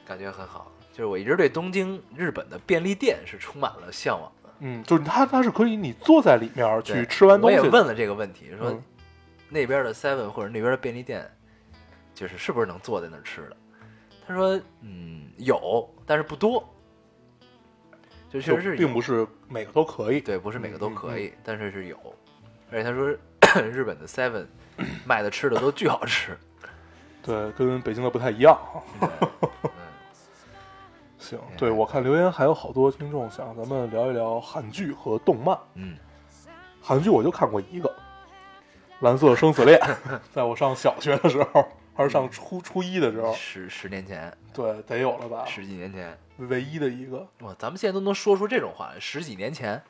Speaker 3: 感觉很好。就是我一直对东京、日本的便利店是充满了向往的。
Speaker 2: 嗯，就是它它是可以你坐在里面儿
Speaker 3: 对
Speaker 2: 去吃完东
Speaker 3: 我
Speaker 2: 西的，
Speaker 3: 也问了这个问题，说
Speaker 2: 嗯
Speaker 3: 那边的 Seven 或者那边的便利店，就是是不是能坐在那儿吃的？他说，嗯，有，但是不多。就确
Speaker 2: 就
Speaker 3: 实是有
Speaker 2: 并不是每个都可以，
Speaker 3: 对，不是每个都
Speaker 2: 嗯嗯
Speaker 3: 可
Speaker 2: 嗯
Speaker 3: 以，但是是有。而且他说 日本 的 Seven 卖的吃的都巨好 吃。
Speaker 2: 对，跟北京的不太一样。
Speaker 3: 对嗯
Speaker 2: 行
Speaker 3: 哎，
Speaker 2: 对我看留言还有好多听众想让咱们聊一聊韩剧和动漫。
Speaker 3: 嗯，
Speaker 2: 韩剧我就看过一个，《蓝色生死恋》， 在我上小学的时候，还是上啊初初一的时候，
Speaker 3: 十十年前，
Speaker 2: 对，得有了吧？
Speaker 3: 十几年前，
Speaker 2: 唯一的一个，
Speaker 3: 哇，咱们现在都能说出这种话，十几年前，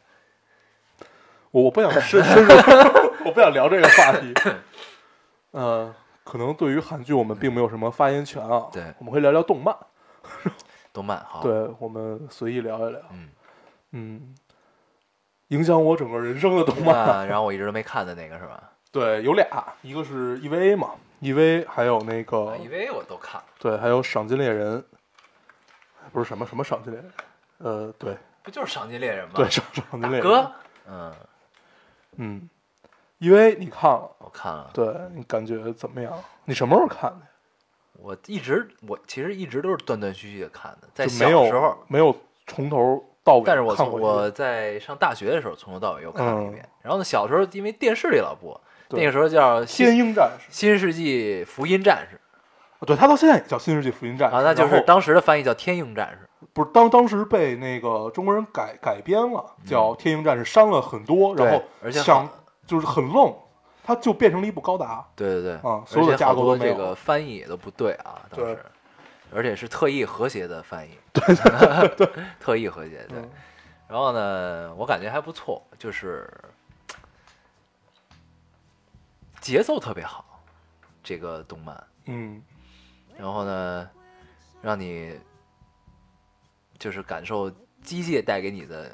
Speaker 2: 我我不想 深深入， 我不想聊这个话题。嗯，可能对于韩剧我们并没有什么发言权啊。
Speaker 3: 对
Speaker 2: 我们会聊聊动漫，
Speaker 3: 动漫好，，
Speaker 2: 对我们随意聊一聊。
Speaker 3: 嗯，
Speaker 2: 嗯，影响我整个人生的动漫。
Speaker 3: 那然后我一直都没看的那个是吧？
Speaker 2: 对，有俩，一个是 EVA 嘛，EVA 还有那个
Speaker 3: 以为我都看了，
Speaker 2: 对，还有赏金猎人，不是什么什么赏金猎人，呃，对
Speaker 3: 不就是《赏金猎人》吗？
Speaker 2: 对，赏赏金猎人，
Speaker 3: 哥，嗯，
Speaker 2: 嗯，EVA 你看了，
Speaker 3: 我看了，
Speaker 2: 对你感觉怎么样？你什么时候看的？
Speaker 3: 我一直我其实一直都是断断续续的看的，在
Speaker 2: 就
Speaker 3: 小
Speaker 2: 没有
Speaker 3: 时候，
Speaker 2: 没有从头到尾，
Speaker 3: 但是我
Speaker 2: 看过
Speaker 3: 从
Speaker 2: 一
Speaker 3: 我
Speaker 2: 遍
Speaker 3: 在上大学的时候从头到尾又看了一
Speaker 2: 嗯
Speaker 3: 遍，然后呢，小时候因为电视里老播，
Speaker 2: 对
Speaker 3: 那个时候叫《
Speaker 2: 新
Speaker 3: 新
Speaker 2: 英战士，
Speaker 3: 新世纪福音战士》
Speaker 2: 对他到现在也叫新世纪福音战士，
Speaker 3: 啊，那就
Speaker 2: 然
Speaker 3: 是
Speaker 2: 后
Speaker 3: 当时的翻译叫《天鹰战士》，
Speaker 2: 不是当当时被那个中国人改改编了，叫《天鹰战士》，删了很多，
Speaker 3: 嗯对
Speaker 2: 然后
Speaker 3: 而且好
Speaker 2: 想就是很愣，它就变成了一部高达。
Speaker 3: 对对对，
Speaker 2: 啊所
Speaker 3: 而
Speaker 2: 有的
Speaker 3: 且
Speaker 2: 架
Speaker 3: 好
Speaker 2: 构
Speaker 3: 多
Speaker 2: 都没
Speaker 3: 这
Speaker 2: 有
Speaker 3: 个翻译也都不对啊，当
Speaker 2: 对
Speaker 3: 时，而且是特意和谐的翻译，对 特意和谐，对。
Speaker 2: 嗯
Speaker 3: 然后呢，我感觉还不错，就是节奏特别好，这个动漫。
Speaker 2: 嗯，
Speaker 3: 然后呢，让你就是感受机械带给你的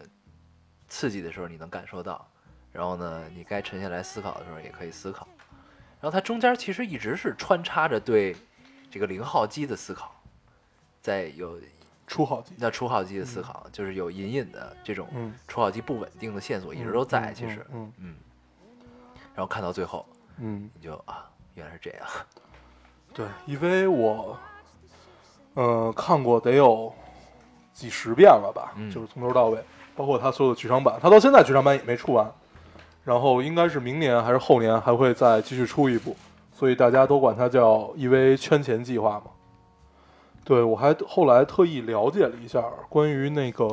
Speaker 3: 刺激的时候，你能感受到。然后呢，你该沉下来思考的时候，也可以思考。然后它中间其实一直是穿插着对这个零号机的思考，在有
Speaker 2: 出好几，
Speaker 3: 那初号机的思考，就是有隐隐的这种
Speaker 2: 嗯
Speaker 3: 初号机不稳定的线索一直都在，
Speaker 2: 嗯
Speaker 3: 其实，
Speaker 2: 嗯
Speaker 3: 然后看到最后，
Speaker 2: 嗯，
Speaker 3: 你就啊，原来是这样，
Speaker 2: 对，因为我呃，看过得有几十遍了吧，
Speaker 3: 嗯
Speaker 2: 就是从头到尾，包括他所有的剧场版，他到现在剧场版也没出完，然后应该是明年还是后年还会再继续出一部，所以大家都管它叫 EVA 圈钱计划嘛。对我还后来特意了解了一下关于那个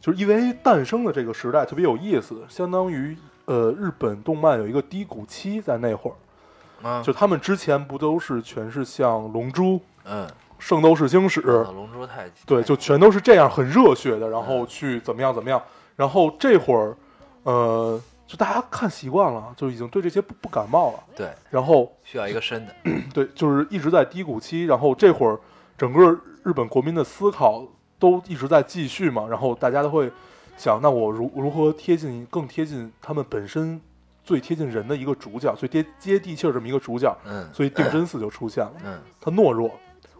Speaker 2: 就是 EVA 诞生的这个时代特别有意思，相当于呃日本动漫有一个低谷期在那会儿，
Speaker 3: 啊，
Speaker 2: 就他们之前不都是全是像《龙珠》《
Speaker 3: 嗯，
Speaker 2: 圣斗士星矢》
Speaker 3: 老龙珠太极
Speaker 2: 对，就全都是这样很热血的，然后去怎么样怎么样，然后这会儿，呃，就大家看习惯了，就已经对这些不不感冒了，
Speaker 3: 对，
Speaker 2: 然后
Speaker 3: 需要一个深的，
Speaker 2: 对，就是一直在低谷期，然后这会儿整个日本国民的思考都一直在继续嘛，然后大家都会想，那我如如何贴近更贴近他们本身最贴近人的一个主角，最接接地气儿这么一个主角，
Speaker 3: 嗯
Speaker 2: 所以定真寺就出现了，
Speaker 3: 嗯，
Speaker 2: 他懦弱，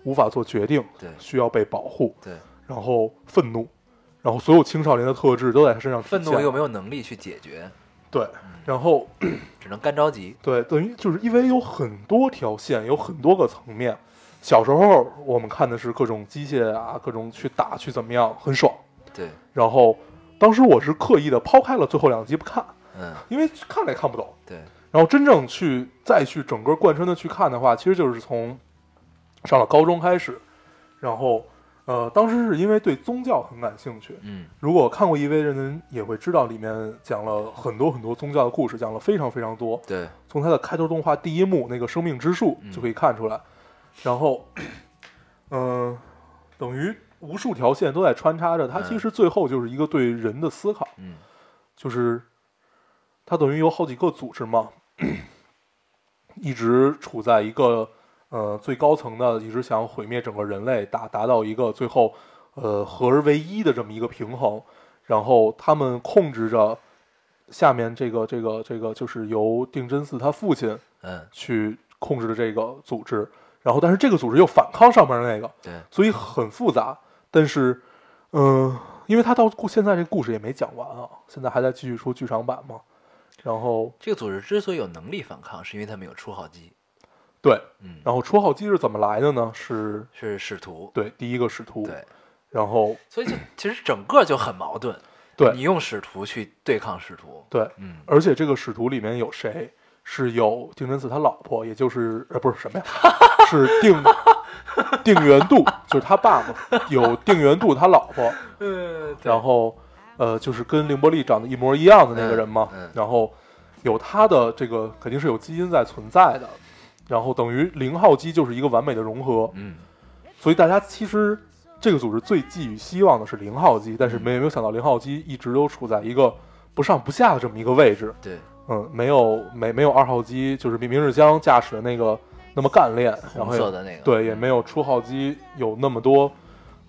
Speaker 2: 无法做决定，
Speaker 3: 对
Speaker 2: 需要被保护，
Speaker 3: 对，
Speaker 2: 然后愤怒，然后所有青少年的特质都在他身上体
Speaker 3: 愤怒
Speaker 2: 现
Speaker 3: 又没有能力去解决，
Speaker 2: 对，
Speaker 3: 嗯
Speaker 2: 然后
Speaker 3: 只能干着急，
Speaker 2: 对，等于就是因为有很多条线，有很多个层面。小时候我们看的是各种机械啊，各种去打去怎么样，很爽。
Speaker 3: 对，
Speaker 2: 然后当时我是刻意的抛开了最后两集不看，
Speaker 3: 嗯
Speaker 2: 因为看了也看不懂。
Speaker 3: 对，
Speaker 2: 然后真正去再去整个贯穿的去看的话，其实就是从上了高中开始，然后呃，当时是因为对宗教很感兴趣，
Speaker 3: 嗯
Speaker 2: 如果看过《一 v 的人也会知道，里面讲了很多很多宗教的故事，讲了非常非常多。
Speaker 3: 对，
Speaker 2: 从它的开头动画第一幕那个生命之树
Speaker 3: 嗯
Speaker 2: 就可以看出来，然后，嗯、等于无数条线都在穿插着。它
Speaker 3: 嗯
Speaker 2: 其实最后就是一个对人的思考，
Speaker 3: 嗯
Speaker 2: 就是它等于有好几个组织嘛，一直处在一个呃最高层的，一直想毁灭整个人类，达达到一个最后呃合而为一的这么一个平衡，然后他们控制着下面这个这个这个就是由定真寺他父亲
Speaker 3: 嗯，
Speaker 2: 去控制的这个组织，然后但是这个组织又反抗上面那个，
Speaker 3: 对，
Speaker 2: 所以很复杂。但是，嗯、因为他到故现在这个故事也没讲完啊，现在还在继续出剧场版嘛。然后
Speaker 3: 这个组织之所以有能力反抗，是因为他们有初号机，
Speaker 2: 对，
Speaker 3: 嗯，
Speaker 2: 然后初号机是怎么来的呢？是
Speaker 3: 是使徒，
Speaker 2: 对第一个使徒，
Speaker 3: 对，
Speaker 2: 然后
Speaker 3: 所 以就其实整个就很矛盾，
Speaker 2: 对
Speaker 3: 你用使徒去对抗使徒，
Speaker 2: 对，
Speaker 3: 嗯，
Speaker 2: 而且这个使徒里面有谁？是有定真寺他老婆，也就是呃不是什么呀，是定定元度，就是他爸爸有定元度他老婆，
Speaker 3: 嗯，对
Speaker 2: 然后呃，就是跟凌波丽长得一模一样的那个人嘛，
Speaker 3: 嗯嗯
Speaker 2: 然后有他的这个肯定是有基因在存在的，然后等于零号机就是一个完美的融合，
Speaker 3: 嗯，
Speaker 2: 所以大家其实这个组织最寄予希望的是零号机，但是没没有想到零号机一直都处在一个不上不下的这么一个位置，
Speaker 3: 对，
Speaker 2: 嗯，没有没没有二号机就是明明日香驾驶的那个那么干练，然
Speaker 3: 红
Speaker 2: 后
Speaker 3: 色
Speaker 2: 也
Speaker 3: 的那个，
Speaker 2: 对也没有初号机有那么多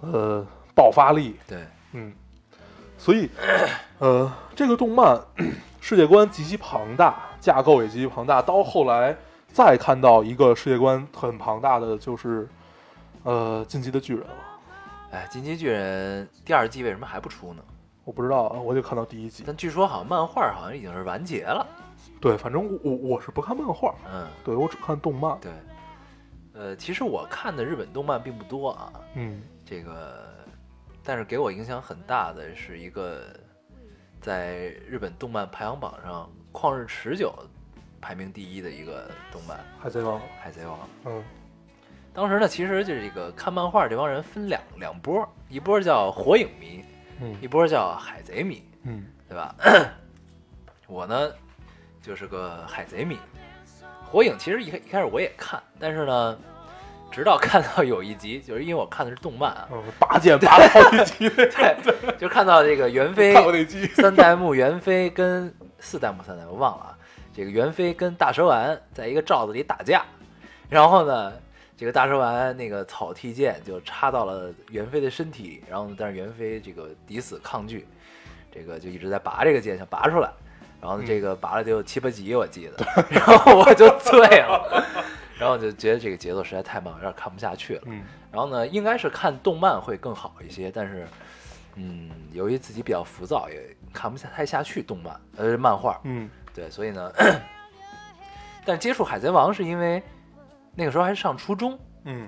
Speaker 2: 呃爆发力，
Speaker 3: 对，
Speaker 2: 嗯，所以，呃，这个动漫世界观极其庞大，架构也极其庞大。到后来再看到一个世界观很庞大的，就是呃《进击的巨人》了。
Speaker 3: 哎，进击巨人第二季为什么还不出呢？
Speaker 2: 我不知道，呃我就看到第一集。
Speaker 3: 但据说好像漫画好像已经是完结了，
Speaker 2: 对，反正我我我是不看漫画，
Speaker 3: 嗯，
Speaker 2: 对我只看动漫。
Speaker 3: 对，呃，其实我看的日本动漫并不多啊，
Speaker 2: 嗯，
Speaker 3: 这个，但是给我影响很大的是一个在日本动漫排行榜上旷日持久排名第一的一个动漫
Speaker 2: 《海贼王》
Speaker 3: 《海贼王》。
Speaker 2: 嗯
Speaker 3: 当时呢，其实就是这个看漫画这帮人分两两波，一波叫火影迷，
Speaker 2: 嗯
Speaker 3: 一波叫海贼迷，
Speaker 2: 嗯
Speaker 3: 对吧？ 我呢，就是个海贼迷。火影其实一开一开始我也看，但是呢，直到看到有一集，就是因为我看的是动漫啊，
Speaker 2: 嗯，拔剑拔了好几集，
Speaker 3: 对， 就看到这个袁 飞
Speaker 2: 看过那集。
Speaker 3: 三代目袁飞跟四代目三代目忘了啊，这个袁飞跟大蛇丸在一个罩子里打架，然后呢，这个大蛇丸那个草剃剑就插到了袁飞的身体，然后呢，但是袁飞这个抵死抗拒，这个就一直在拔这个剑，想拔出来。然后呢，这个拔了得有七八集，我记得，然后我就醉了，然后我就觉得这个节奏实在太慢，有点看不下去了。
Speaker 2: 嗯
Speaker 3: 然后呢，应该是看动漫会更好一些，但是，嗯，由于自己比较浮躁，也看不下太下去动漫，呃，漫画，
Speaker 2: 嗯
Speaker 3: 对，所以呢， 但接触海贼王是因为那个时候还上初中，
Speaker 2: 嗯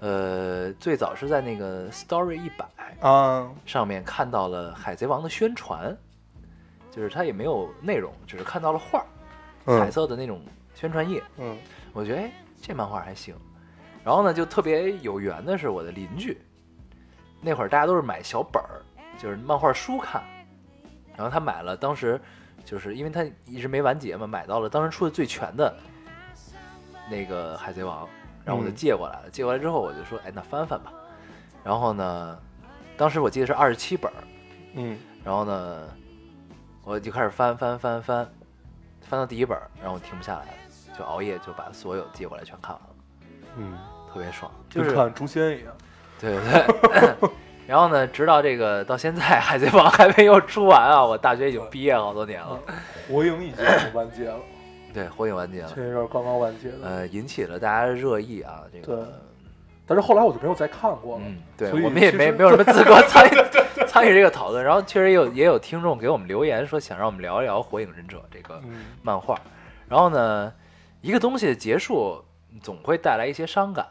Speaker 3: 呃，最早是在那个 Story 一百
Speaker 2: 啊，
Speaker 3: 上面看到了《海贼王》的宣传，就是它也没有内容，只是看到了画儿，彩
Speaker 2: 嗯
Speaker 3: 色的那种宣传页。
Speaker 2: 嗯
Speaker 3: 我觉得哎，这漫画还行。然后呢，就特别有缘的是我的邻居，那会儿大家都是买小本儿，就是漫画书看。然后他买了，当时就是因为他一直没完结嘛，买到了当时出的最全的那个《海贼王》，然后我就
Speaker 2: 嗯
Speaker 3: 借过来了。借过来之后，我就说，哎，那翻翻吧。然后呢，当时我记得是二十七本儿，
Speaker 2: 嗯
Speaker 3: 然后呢，我就开始翻翻翻翻，翻到第一本儿，然后我停不下来了，就熬夜就把所有借过来全看完了，
Speaker 2: 嗯，
Speaker 3: 特别爽，就
Speaker 2: 跟
Speaker 3: 是
Speaker 2: 看《诛仙》一样。
Speaker 3: 对对对。 然后呢，直到这个到现在，《海贼王》还没有出完啊！我大学已经毕业好多年了，
Speaker 2: 火影已经完结了，
Speaker 3: 对，火影完结了，
Speaker 2: 前一阵儿刚刚完结的，
Speaker 3: 呃，引起了大家的热议啊。这
Speaker 2: 对
Speaker 3: 个，
Speaker 2: 但是后来我就没有再看过了。
Speaker 3: 嗯，对，
Speaker 2: 所以
Speaker 3: 我们也
Speaker 2: 其实
Speaker 3: 没没有什么资格 参与参与这个讨论。然后确实也有也有听众给我们留言说，想让我们聊一聊《火影忍者》这个
Speaker 2: 嗯
Speaker 3: 漫画。然后呢，一个东西的结束总会带来一些伤感，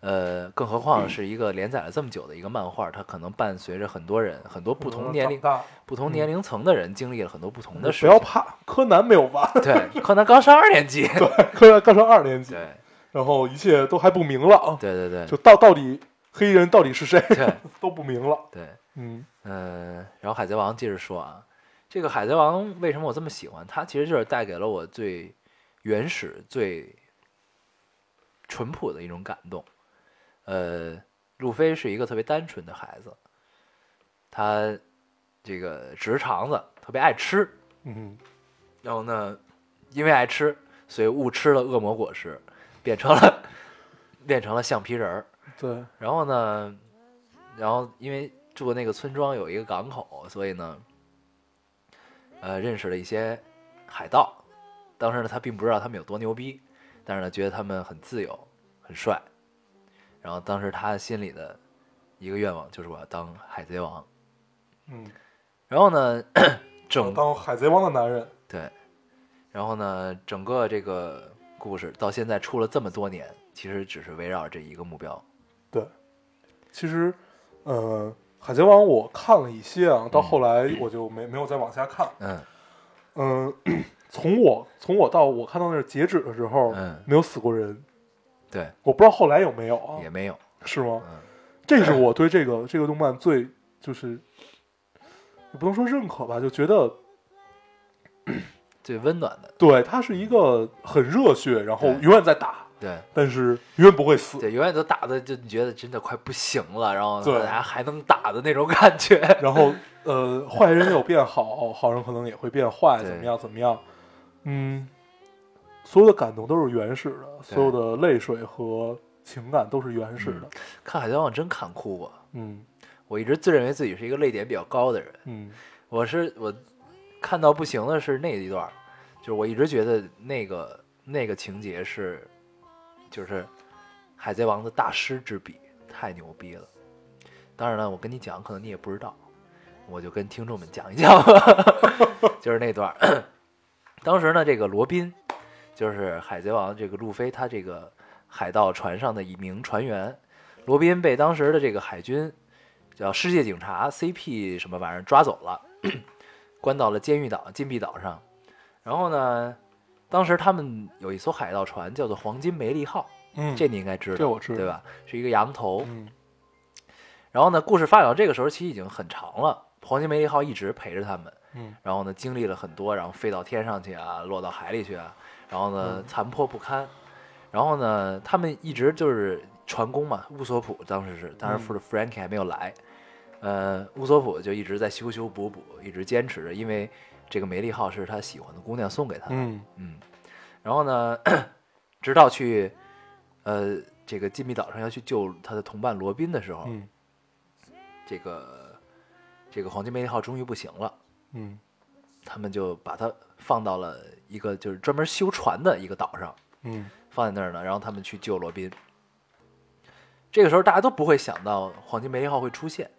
Speaker 3: 呃，更何况是一个连载了这么久的一个漫画，它可能伴随着很多人、很多不同年龄
Speaker 2: 长、大
Speaker 3: 不同年龄层的人经历了很多嗯不同的事
Speaker 2: 不要
Speaker 3: 情。
Speaker 2: 怕，柯南没有完，
Speaker 3: 对，柯南刚上二年级。
Speaker 2: 柯南刚上二年级，
Speaker 3: 对
Speaker 2: 然后一切都还不明朗，
Speaker 3: 对对
Speaker 2: 就
Speaker 3: 对
Speaker 2: 到到底黑衣人到底是谁
Speaker 3: 对
Speaker 2: 都不明了。
Speaker 3: 对，
Speaker 2: 嗯
Speaker 3: 嗯，然后海贼王接着说啊，这个海贼王为什么我这么喜欢？它其实就是带给了我最原始、最淳朴的一种感动。呃，路飞是一个特别单纯的孩子，他这个直肠子，特别爱吃。
Speaker 2: 嗯，
Speaker 3: 然后呢，因为爱吃，所以误吃了恶魔果实，变成了 变成了橡皮人儿。
Speaker 2: 对，
Speaker 3: 然后呢，然后因为住那个村庄有一个港口，所以呢，呃，认识了一些海盗。当时呢，他并不知道他们有多牛逼，但是呢，觉得他们很自由、很帅。然后当时他心里的一个愿望就是我要当海贼王。
Speaker 2: 嗯，
Speaker 3: 然后呢，整
Speaker 2: 当海贼王的男人，
Speaker 3: 对，然后呢，整个这个故事到现在出了这么多年，其实只是围绕这一个目标。
Speaker 2: 对，其实，呃，海贼王我看了一些啊，到后来我就没没有再往下看。
Speaker 3: 嗯
Speaker 2: 嗯， 从我从我到我看到那儿截止的时候，
Speaker 3: 嗯
Speaker 2: 没有死过人，
Speaker 3: 对，
Speaker 2: 我不知道后来有没有啊？
Speaker 3: 也没有。
Speaker 2: 是吗？
Speaker 3: 嗯
Speaker 2: 这是我对这个这个动漫最就是，也不能说认可吧，就觉得
Speaker 3: 最温暖的，
Speaker 2: 对它是一个很热血，然后
Speaker 3: 对
Speaker 2: 永远在打，
Speaker 3: 对
Speaker 2: 但是永远不会死。
Speaker 3: 嗯对，永远都打的就觉得真的快不行了，然后
Speaker 2: 对
Speaker 3: 大家还能打的那种感觉。
Speaker 2: 然后呃，坏人有变好，好人可能也会变坏，
Speaker 3: 对
Speaker 2: 怎么样怎么样？嗯，所有的感动都是原始的，所有的泪水和情感都是原始的。
Speaker 3: 看《海贼王》真看哭过，
Speaker 2: 嗯
Speaker 3: 我一直自认为自己是一个泪点比较高的人，
Speaker 2: 嗯
Speaker 3: 我是我看到不行的是那一段儿，就是我一直觉得那个那个情节是，就是《海贼王》的大师之笔，太牛逼了。当然了，我跟你讲，可能你也不知道，我就跟听众们讲一讲， 就是那段儿。当时呢，这个罗宾就是《海贼王》这个路飞，他这个海盗船上的一名船员，罗宾被当时的这个海军叫世界警察 CP 什么玩意儿抓走了，关到了监狱岛禁闭岛上。然后呢，当时他们有一艘海盗船叫做黄金梅利号，
Speaker 2: 嗯，
Speaker 3: 这你应该知道，
Speaker 2: 这我知道
Speaker 3: 对吧？是一个羊头。
Speaker 2: 嗯
Speaker 3: 然后呢，故事发展到这个时候其实已经很长了，黄金梅利号一直陪着他们。
Speaker 2: 嗯
Speaker 3: 然后呢，经历了很多，然后飞到天上去啊，落到海里去啊，然后
Speaker 2: 嗯
Speaker 3: 呢，残破不堪。然后呢，他们一直就是船工嘛，乌索普当时是，当时
Speaker 2: 嗯
Speaker 3: 夫人 Frankie 还没有来，呃，乌索普就一直在修修补补，一直坚持着，因为这个梅利号是他喜欢的姑娘送给他的，
Speaker 2: 嗯
Speaker 3: 嗯，然后呢， 直到去，呃，这个禁闭岛上要去救他的同伴罗宾的时候，
Speaker 2: 嗯
Speaker 3: 这个这个黄金梅利号终于不行了，
Speaker 2: 嗯
Speaker 3: 他们就把它放到了一个就是专门修船的一个岛上，
Speaker 2: 嗯
Speaker 3: 放在那儿呢，然后他们去救罗宾。这个时候大家都不会想到黄金梅利号会出现，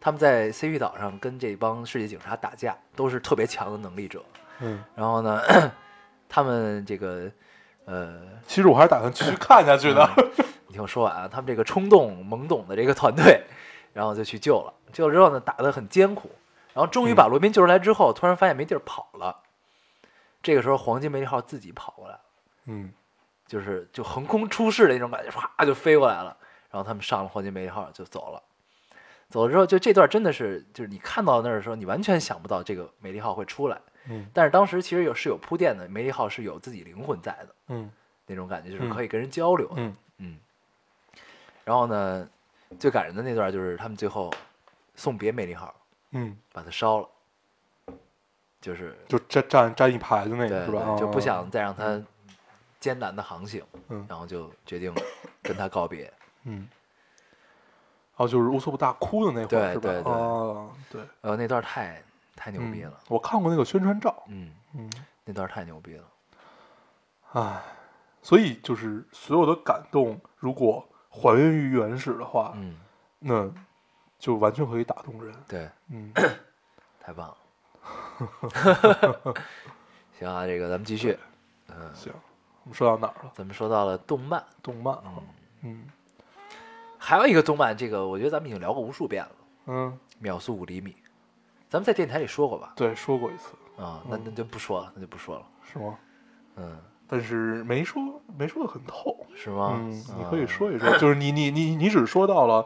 Speaker 3: 他们在 CP 岛上跟这帮世界警察打架，都是特别强的能力者。
Speaker 2: 嗯。
Speaker 3: 然后呢， 他们这个呃呃
Speaker 2: 嗯其实我还是打算继续看下去的。
Speaker 3: 你听我说完啊，他们这个冲动懵懂的这个团队， 然后就去救了。救了之后呢，打得很艰苦，然后终于把罗宾救出来之后，突然发现没地儿跑了。这个时候，黄金梅利号自己跑过来了，
Speaker 2: 嗯
Speaker 3: 就是就横空出世的那种感觉，唰就飞过来了。然后他们上了黄金梅利号就走了。走了之后，就这段真的是，就是你看到那儿的时候，你完全想不到这个梅利号会出来。
Speaker 2: 嗯
Speaker 3: 但是当时其实有是有铺垫的，梅利号是有自己灵魂在的
Speaker 2: 嗯
Speaker 3: 那种感觉，就是
Speaker 2: 嗯
Speaker 3: 可以跟人交流的。
Speaker 2: 嗯
Speaker 3: 嗯，然后呢，最感人的那段就是他们最后送别美丽号，
Speaker 2: 嗯，
Speaker 3: 把它烧了，就是
Speaker 2: 就站站站一排的那
Speaker 3: 对
Speaker 2: 个是吧？
Speaker 3: 对，就不
Speaker 2: 啊
Speaker 3: 想再让它艰难的航行，
Speaker 2: 嗯
Speaker 3: 然后就决定跟他告别。
Speaker 2: 嗯。哦，就是乌索普大哭的那会儿
Speaker 3: 对
Speaker 2: 是吧？
Speaker 3: 对对
Speaker 2: 啊，对，
Speaker 3: 呃，那段太太牛逼了，
Speaker 2: 嗯我看过那个宣传照，
Speaker 3: 嗯，
Speaker 2: 嗯，
Speaker 3: 那段太牛逼了，
Speaker 2: 唉，所以就是所有的感动，如果还原于原始的话，
Speaker 3: 嗯，
Speaker 2: 那就完全可以打动人。
Speaker 3: 对，
Speaker 2: 嗯
Speaker 3: 太 棒了。行啊，这个咱们继续，嗯，
Speaker 2: 行，我们说到哪儿了？
Speaker 3: 咱们说到了动漫，
Speaker 2: 动漫啊，嗯
Speaker 3: 还有一个动漫，这个我觉得咱们已经聊过无数遍了，
Speaker 2: 嗯，
Speaker 3: 《秒速五厘米》，咱们在电台里说过吧？
Speaker 2: 对，说过一次
Speaker 3: 啊、
Speaker 2: 嗯
Speaker 3: 那那就不说了，那就不说了。
Speaker 2: 是吗？
Speaker 3: 嗯，
Speaker 2: 但是没说没说的很透。
Speaker 3: 是吗？
Speaker 2: 嗯，你可
Speaker 3: 啊
Speaker 2: 以说一说，就是你你你你只说到了，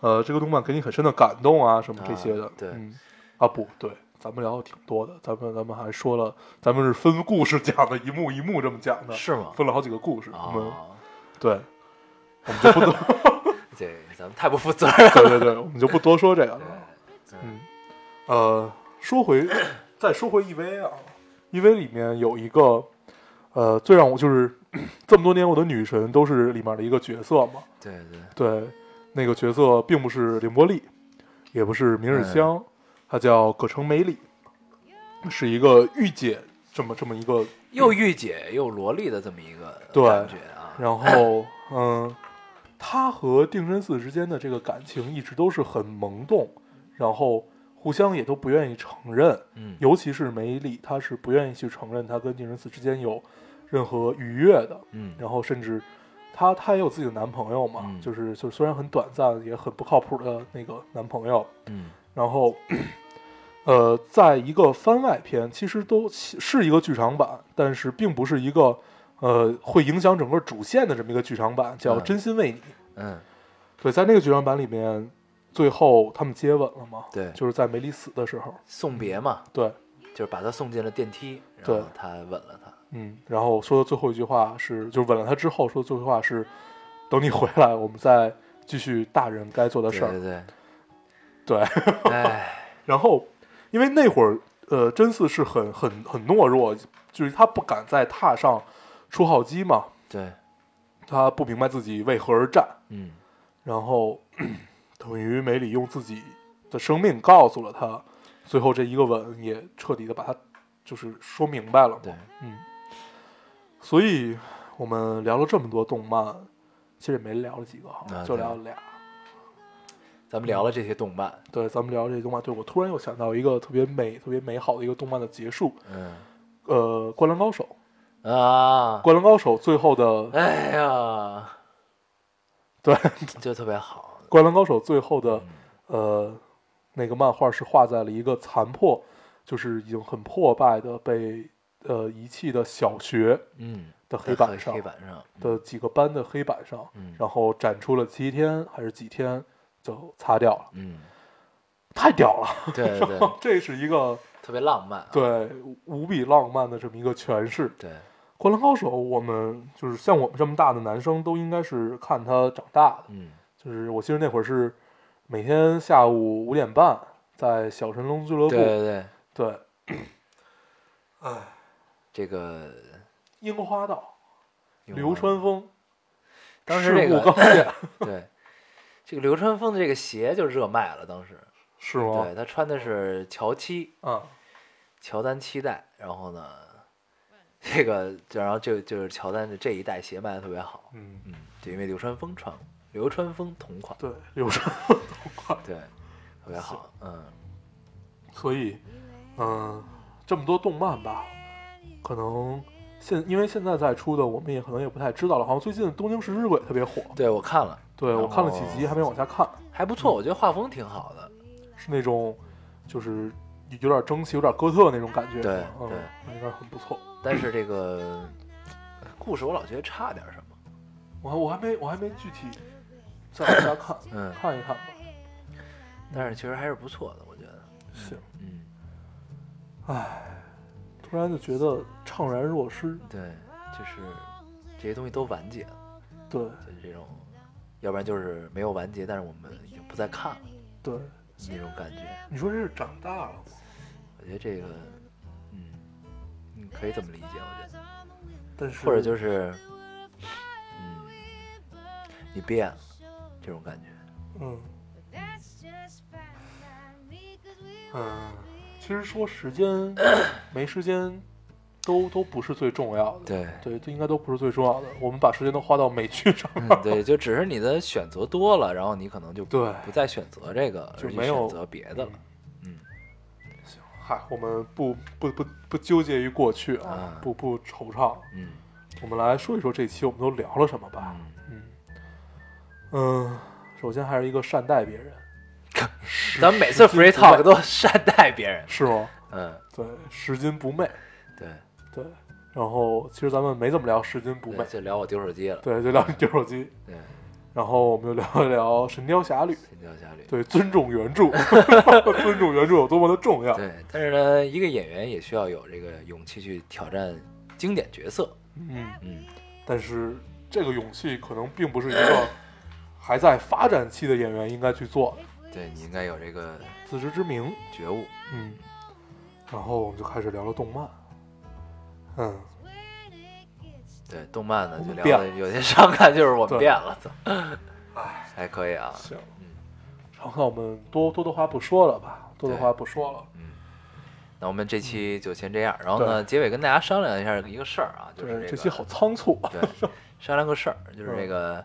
Speaker 2: 呃，这个动漫给你很深的感动啊，什么这些的。
Speaker 3: 啊对
Speaker 2: 嗯，啊不对，咱们聊的挺多的，咱们咱们还说了，咱们是分故事讲的，一幕一幕这么讲的，
Speaker 3: 是吗？
Speaker 2: 分了好几个故事。
Speaker 3: 啊、
Speaker 2: 嗯，对，我们就不多，
Speaker 3: 这咱们太不负责任了。
Speaker 2: 对对对，我们就不多说这个了。嗯，呃，说回，再说回 EVA 啊，EVA 里面有一个，呃，最让我就是 这么多年我的女神都是里面的一个角色嘛，
Speaker 3: 对对，
Speaker 2: 对，那个角色并不是凌波丽，也不是明日香，她叫葛城美里，是一个御姐这么这么一个，
Speaker 3: 又御姐又萝莉的这么一个
Speaker 2: 对
Speaker 3: 感觉啊。
Speaker 2: 然后嗯，她和定真寺之间的这个感情一直都是很萌动，然后互相也都不愿意承认，
Speaker 3: 嗯，
Speaker 2: 尤其是梅里，她是不愿意去承认她跟定真寺之间有任何愉悦的，
Speaker 3: 嗯
Speaker 2: 然后甚至她她也有自己的男朋友嘛，
Speaker 3: 嗯
Speaker 2: 就是就虽然很短暂，也很不靠谱的那个男朋友，
Speaker 3: 嗯
Speaker 2: 然后， 呃，在一个番外篇，其实都其是一个剧场版，但是并不是一个呃会影响整个主线的这么一个剧场版，叫
Speaker 3: 嗯
Speaker 2: 《真心为你》。
Speaker 3: 嗯，
Speaker 2: 对，在那个剧场版里面，最后他们接吻了嘛？
Speaker 3: 对
Speaker 2: 就是在梅里死的时候。
Speaker 3: 送别嘛，
Speaker 2: 对，
Speaker 3: 就是把她送进了电梯，然
Speaker 2: 对
Speaker 3: 后他吻了她。
Speaker 2: 嗯，然后说的最后一句话是，就是吻了他之后说的最后一句话是，等你回来，我们再继续大人该做的
Speaker 3: 对
Speaker 2: 事儿。
Speaker 3: 对对，
Speaker 2: 对，
Speaker 3: 哎，
Speaker 2: 然后，因为那会儿，呃，真嗣是很很很懦弱，就是他不敢再踏上初号机嘛，
Speaker 3: 对，
Speaker 2: 他不明白自己为何而战，
Speaker 3: 嗯
Speaker 2: 然后 等于梅里用自己的生命告诉了他，最后这一个吻也彻底的把他就是说明白了，
Speaker 3: 对，
Speaker 2: 嗯，所以我们聊了这么多动漫，其实也没聊了几个哈
Speaker 3: 啊，
Speaker 2: 就
Speaker 3: 对
Speaker 2: 聊了俩。
Speaker 3: 咱们聊了这些动漫，
Speaker 2: 对，咱们聊这些动漫，对我突然又想到一个特别美、特别美好的一个动漫的结束，
Speaker 3: 嗯
Speaker 2: 呃，《灌篮高手》。
Speaker 3: 啊
Speaker 2: 《灌篮高手》最后的
Speaker 3: 哎呀，
Speaker 2: 对，
Speaker 3: 就特别好。
Speaker 2: 《灌篮高手》最后的
Speaker 3: 嗯
Speaker 2: 呃那个漫画是画在了一个残破，就是已经很破败的被呃遗弃的小学
Speaker 3: 嗯，
Speaker 2: 的黑板上
Speaker 3: 黑板上，
Speaker 2: 的几个班的黑板上，
Speaker 3: 嗯
Speaker 2: 然后展出了七天还是几天就擦掉了，
Speaker 3: 嗯，
Speaker 2: 太屌了！
Speaker 3: 对对，对
Speaker 2: 这是一个
Speaker 3: 特别浪漫啊。
Speaker 2: 对无比浪漫的这么一个诠释。
Speaker 3: 对，
Speaker 2: 《灌篮高手》，我们就是像我们这么大的男生，都应该是看他长大的。
Speaker 3: 嗯
Speaker 2: 就是我记得那会儿是每天下午五点半在小神龙俱乐
Speaker 3: 对
Speaker 2: 部，
Speaker 3: 对对，
Speaker 2: 对，哎，
Speaker 3: 这个
Speaker 2: 樱花道、
Speaker 3: 用
Speaker 2: 流
Speaker 3: 完
Speaker 2: 川枫，
Speaker 3: 当时
Speaker 2: 赤
Speaker 3: 这
Speaker 2: 木刚
Speaker 3: 个
Speaker 2: 宪
Speaker 3: 对这个流川枫的这个鞋就热卖了，当时
Speaker 2: 是吗
Speaker 3: 对？他穿的是乔七
Speaker 2: 啊，
Speaker 3: 乔丹七代，然后呢，这个就然后就就是乔丹的这一代鞋卖的特别好，
Speaker 2: 嗯，
Speaker 3: 嗯，就因为流川枫穿过，流川枫同款，
Speaker 2: 对，流川，
Speaker 3: 对，特别好，嗯，
Speaker 2: 呃所以，嗯、这么多动漫吧，可能现因为现在在出的，我们也可能也不太知道了。好像最近《东京食尸鬼》特别火，
Speaker 3: 对我看了，
Speaker 2: 对我看了几集，还没往下看，
Speaker 3: 还不错，我觉得画风挺好的。
Speaker 2: 是那种就是有点蒸汽、有点哥特那种感觉。
Speaker 3: 对
Speaker 2: 嗯
Speaker 3: 对，
Speaker 2: 那应该很不错。
Speaker 3: 但是这个故事我老觉得差点什
Speaker 2: 我
Speaker 3: 么。
Speaker 2: 还我还没我还没具体再往下看，
Speaker 3: 嗯，
Speaker 2: 看一看吧。
Speaker 3: 但是其实还是不错的，我觉得。
Speaker 2: 行，
Speaker 3: 嗯，
Speaker 2: 突然就觉得怅然若失。
Speaker 3: 对，就是这些东西都完结了，
Speaker 2: 对
Speaker 3: 就是这种，要不然就是没有完结，但是我们已经不再看了
Speaker 2: 对，
Speaker 3: 那种感觉。
Speaker 2: 你说这是长大了吗？
Speaker 3: 我觉得这个，嗯，你可以这么理解，我觉得，
Speaker 2: 但是
Speaker 3: 或者就是，嗯，你变了这种感觉。
Speaker 2: 嗯嗯，其实说时 间没时间都都不是最重要的。
Speaker 3: 对，
Speaker 2: 对，这应该都不是最重要的。我们把时间都花到美剧上，
Speaker 3: 嗯，对，就只是你的选择多了，然后你可能就
Speaker 2: 对
Speaker 3: 不再选择这个，
Speaker 2: 就
Speaker 3: 而去
Speaker 2: 没有
Speaker 3: 选择别的了。嗯，
Speaker 2: 行，嗨，我们不不不不纠结于过去啊，
Speaker 3: 啊
Speaker 2: 不不惆怅，
Speaker 3: 嗯
Speaker 2: 我们来说一说这期我们都聊了什么吧。
Speaker 3: 嗯，
Speaker 2: 嗯嗯，首先还是一个善待别人，
Speaker 3: 咱们每 次 free
Speaker 2: 不卖
Speaker 3: talk 都善待别人。
Speaker 2: 是吗？
Speaker 3: 嗯，
Speaker 2: 对，拾金不昧。
Speaker 3: 对，
Speaker 2: 对，然后其实咱们没怎么聊拾金不昧
Speaker 3: 对，就聊我丢手机了。
Speaker 2: 对，就聊你丢手机，
Speaker 3: 对，
Speaker 2: 然后我们就聊一聊《神雕侠侣》。
Speaker 3: 神雕侠侣。
Speaker 2: 对，尊重原著， 尊重原著有多么的重要。
Speaker 3: 对，但是呢，一个演员也需要有这个勇气去挑战经典角色。
Speaker 2: 嗯，
Speaker 3: 嗯，
Speaker 2: 但是这个勇气可能并不是一个还在发展期的演员应该去做的，
Speaker 3: 对你应该有这个
Speaker 2: 自知之明。
Speaker 3: 觉悟。
Speaker 2: 嗯，然后我们就开始聊了动漫。嗯，
Speaker 3: 对，动漫呢
Speaker 2: 我
Speaker 3: 就
Speaker 2: 们
Speaker 3: 聊
Speaker 2: 变
Speaker 3: 的有些伤感，就是我
Speaker 2: 对
Speaker 3: 们变了，操，还可以啊。
Speaker 2: 行
Speaker 3: 嗯，
Speaker 2: 然后那我们多多的话不说了吧，多的
Speaker 3: 对
Speaker 2: 话不说了。
Speaker 3: 那我们这
Speaker 2: 嗯
Speaker 3: 期就先这样，然后呢，结尾跟大家商量一下一个事儿啊，就是
Speaker 2: 对，
Speaker 3: 这
Speaker 2: 这
Speaker 3: 个
Speaker 2: 期好仓促啊。
Speaker 3: 对，商量个事儿，就是
Speaker 2: 嗯
Speaker 3: 这个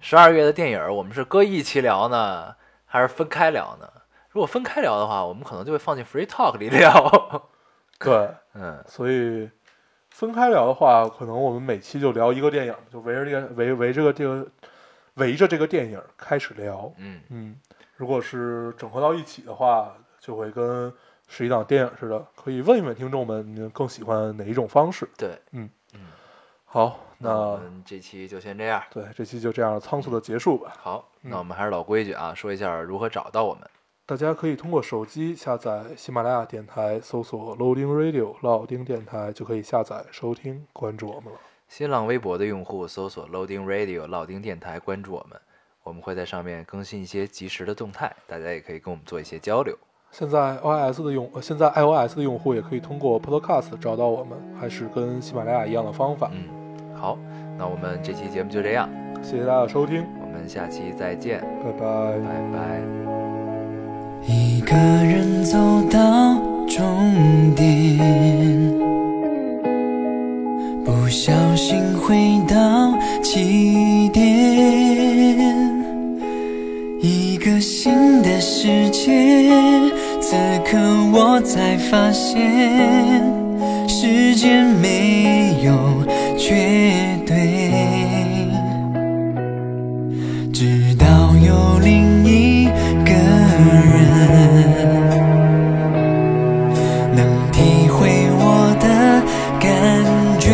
Speaker 3: 十二月的电影儿，我们是搁一期聊呢，还是分开聊呢？如果分开聊的话，我们可能就会放进 free talk 里聊。
Speaker 2: 对，
Speaker 3: 嗯，
Speaker 2: 所以分开聊的话，可能我们每期就聊一个电影，就围着这个围围这个这个围着这个电影开始聊。
Speaker 3: 嗯，
Speaker 2: 嗯，如果是整合到一起的话，就会跟十一档电影似的，可以问一问听众们，你们更喜欢哪一种方式？
Speaker 3: 对，
Speaker 2: 好，
Speaker 3: 那我
Speaker 2: 那
Speaker 3: 们这期就先这样。
Speaker 2: 对这期就这样仓促的结束吧。
Speaker 3: 好，
Speaker 2: 嗯
Speaker 3: 那我们还是老规矩啊，说一下如何找到我们。
Speaker 2: 大家可以通过手机下载喜马拉雅电台，搜索 Loading Radio 老丁电台，就可以下载收听，关注我们了。
Speaker 3: 新浪微博的用户搜索 Loading Radio 老丁电台，关注我们，我们会在上面更新一些及时的动态，大家也可以跟我们做一些交流。
Speaker 2: 现在 iOS 的用，呃现在 iOS 的用户也可以通过 Podcast 找到我们，还是跟喜马拉雅一样的方法。
Speaker 3: 嗯，好，那我们这期节目就这样，
Speaker 2: 谢谢大家的收听，
Speaker 3: 我们下期再见，
Speaker 2: 拜拜。
Speaker 3: 拜拜。
Speaker 4: 一个人走到终点，不小心回到起点，一个新的世界。此刻我才发现，时间没有绝对。直到有另一个人能体会我的感觉，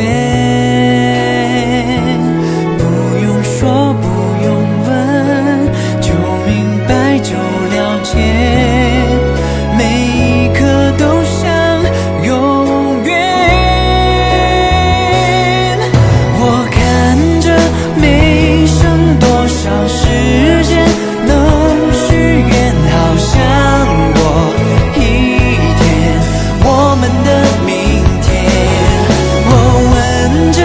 Speaker 4: 不用说，不用问，就明白，就了解，每一刻都像永远。我看着没剩多少时间能许愿，好想过一天我们的明天。哦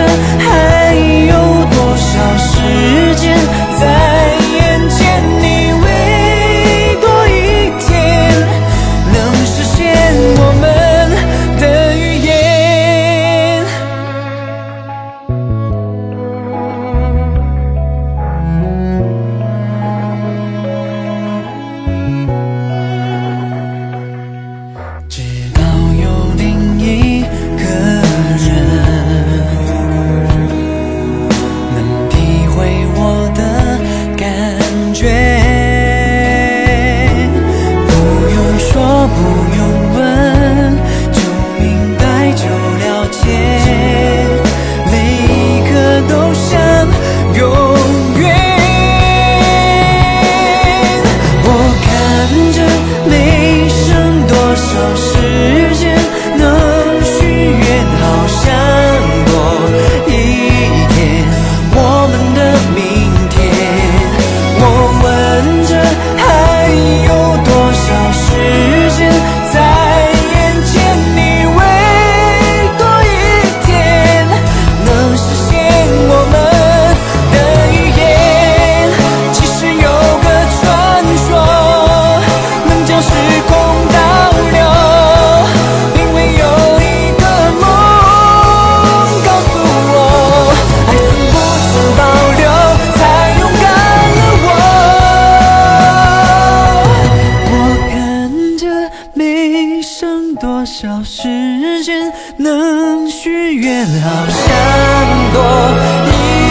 Speaker 4: 少时间能许愿好？闪躲一。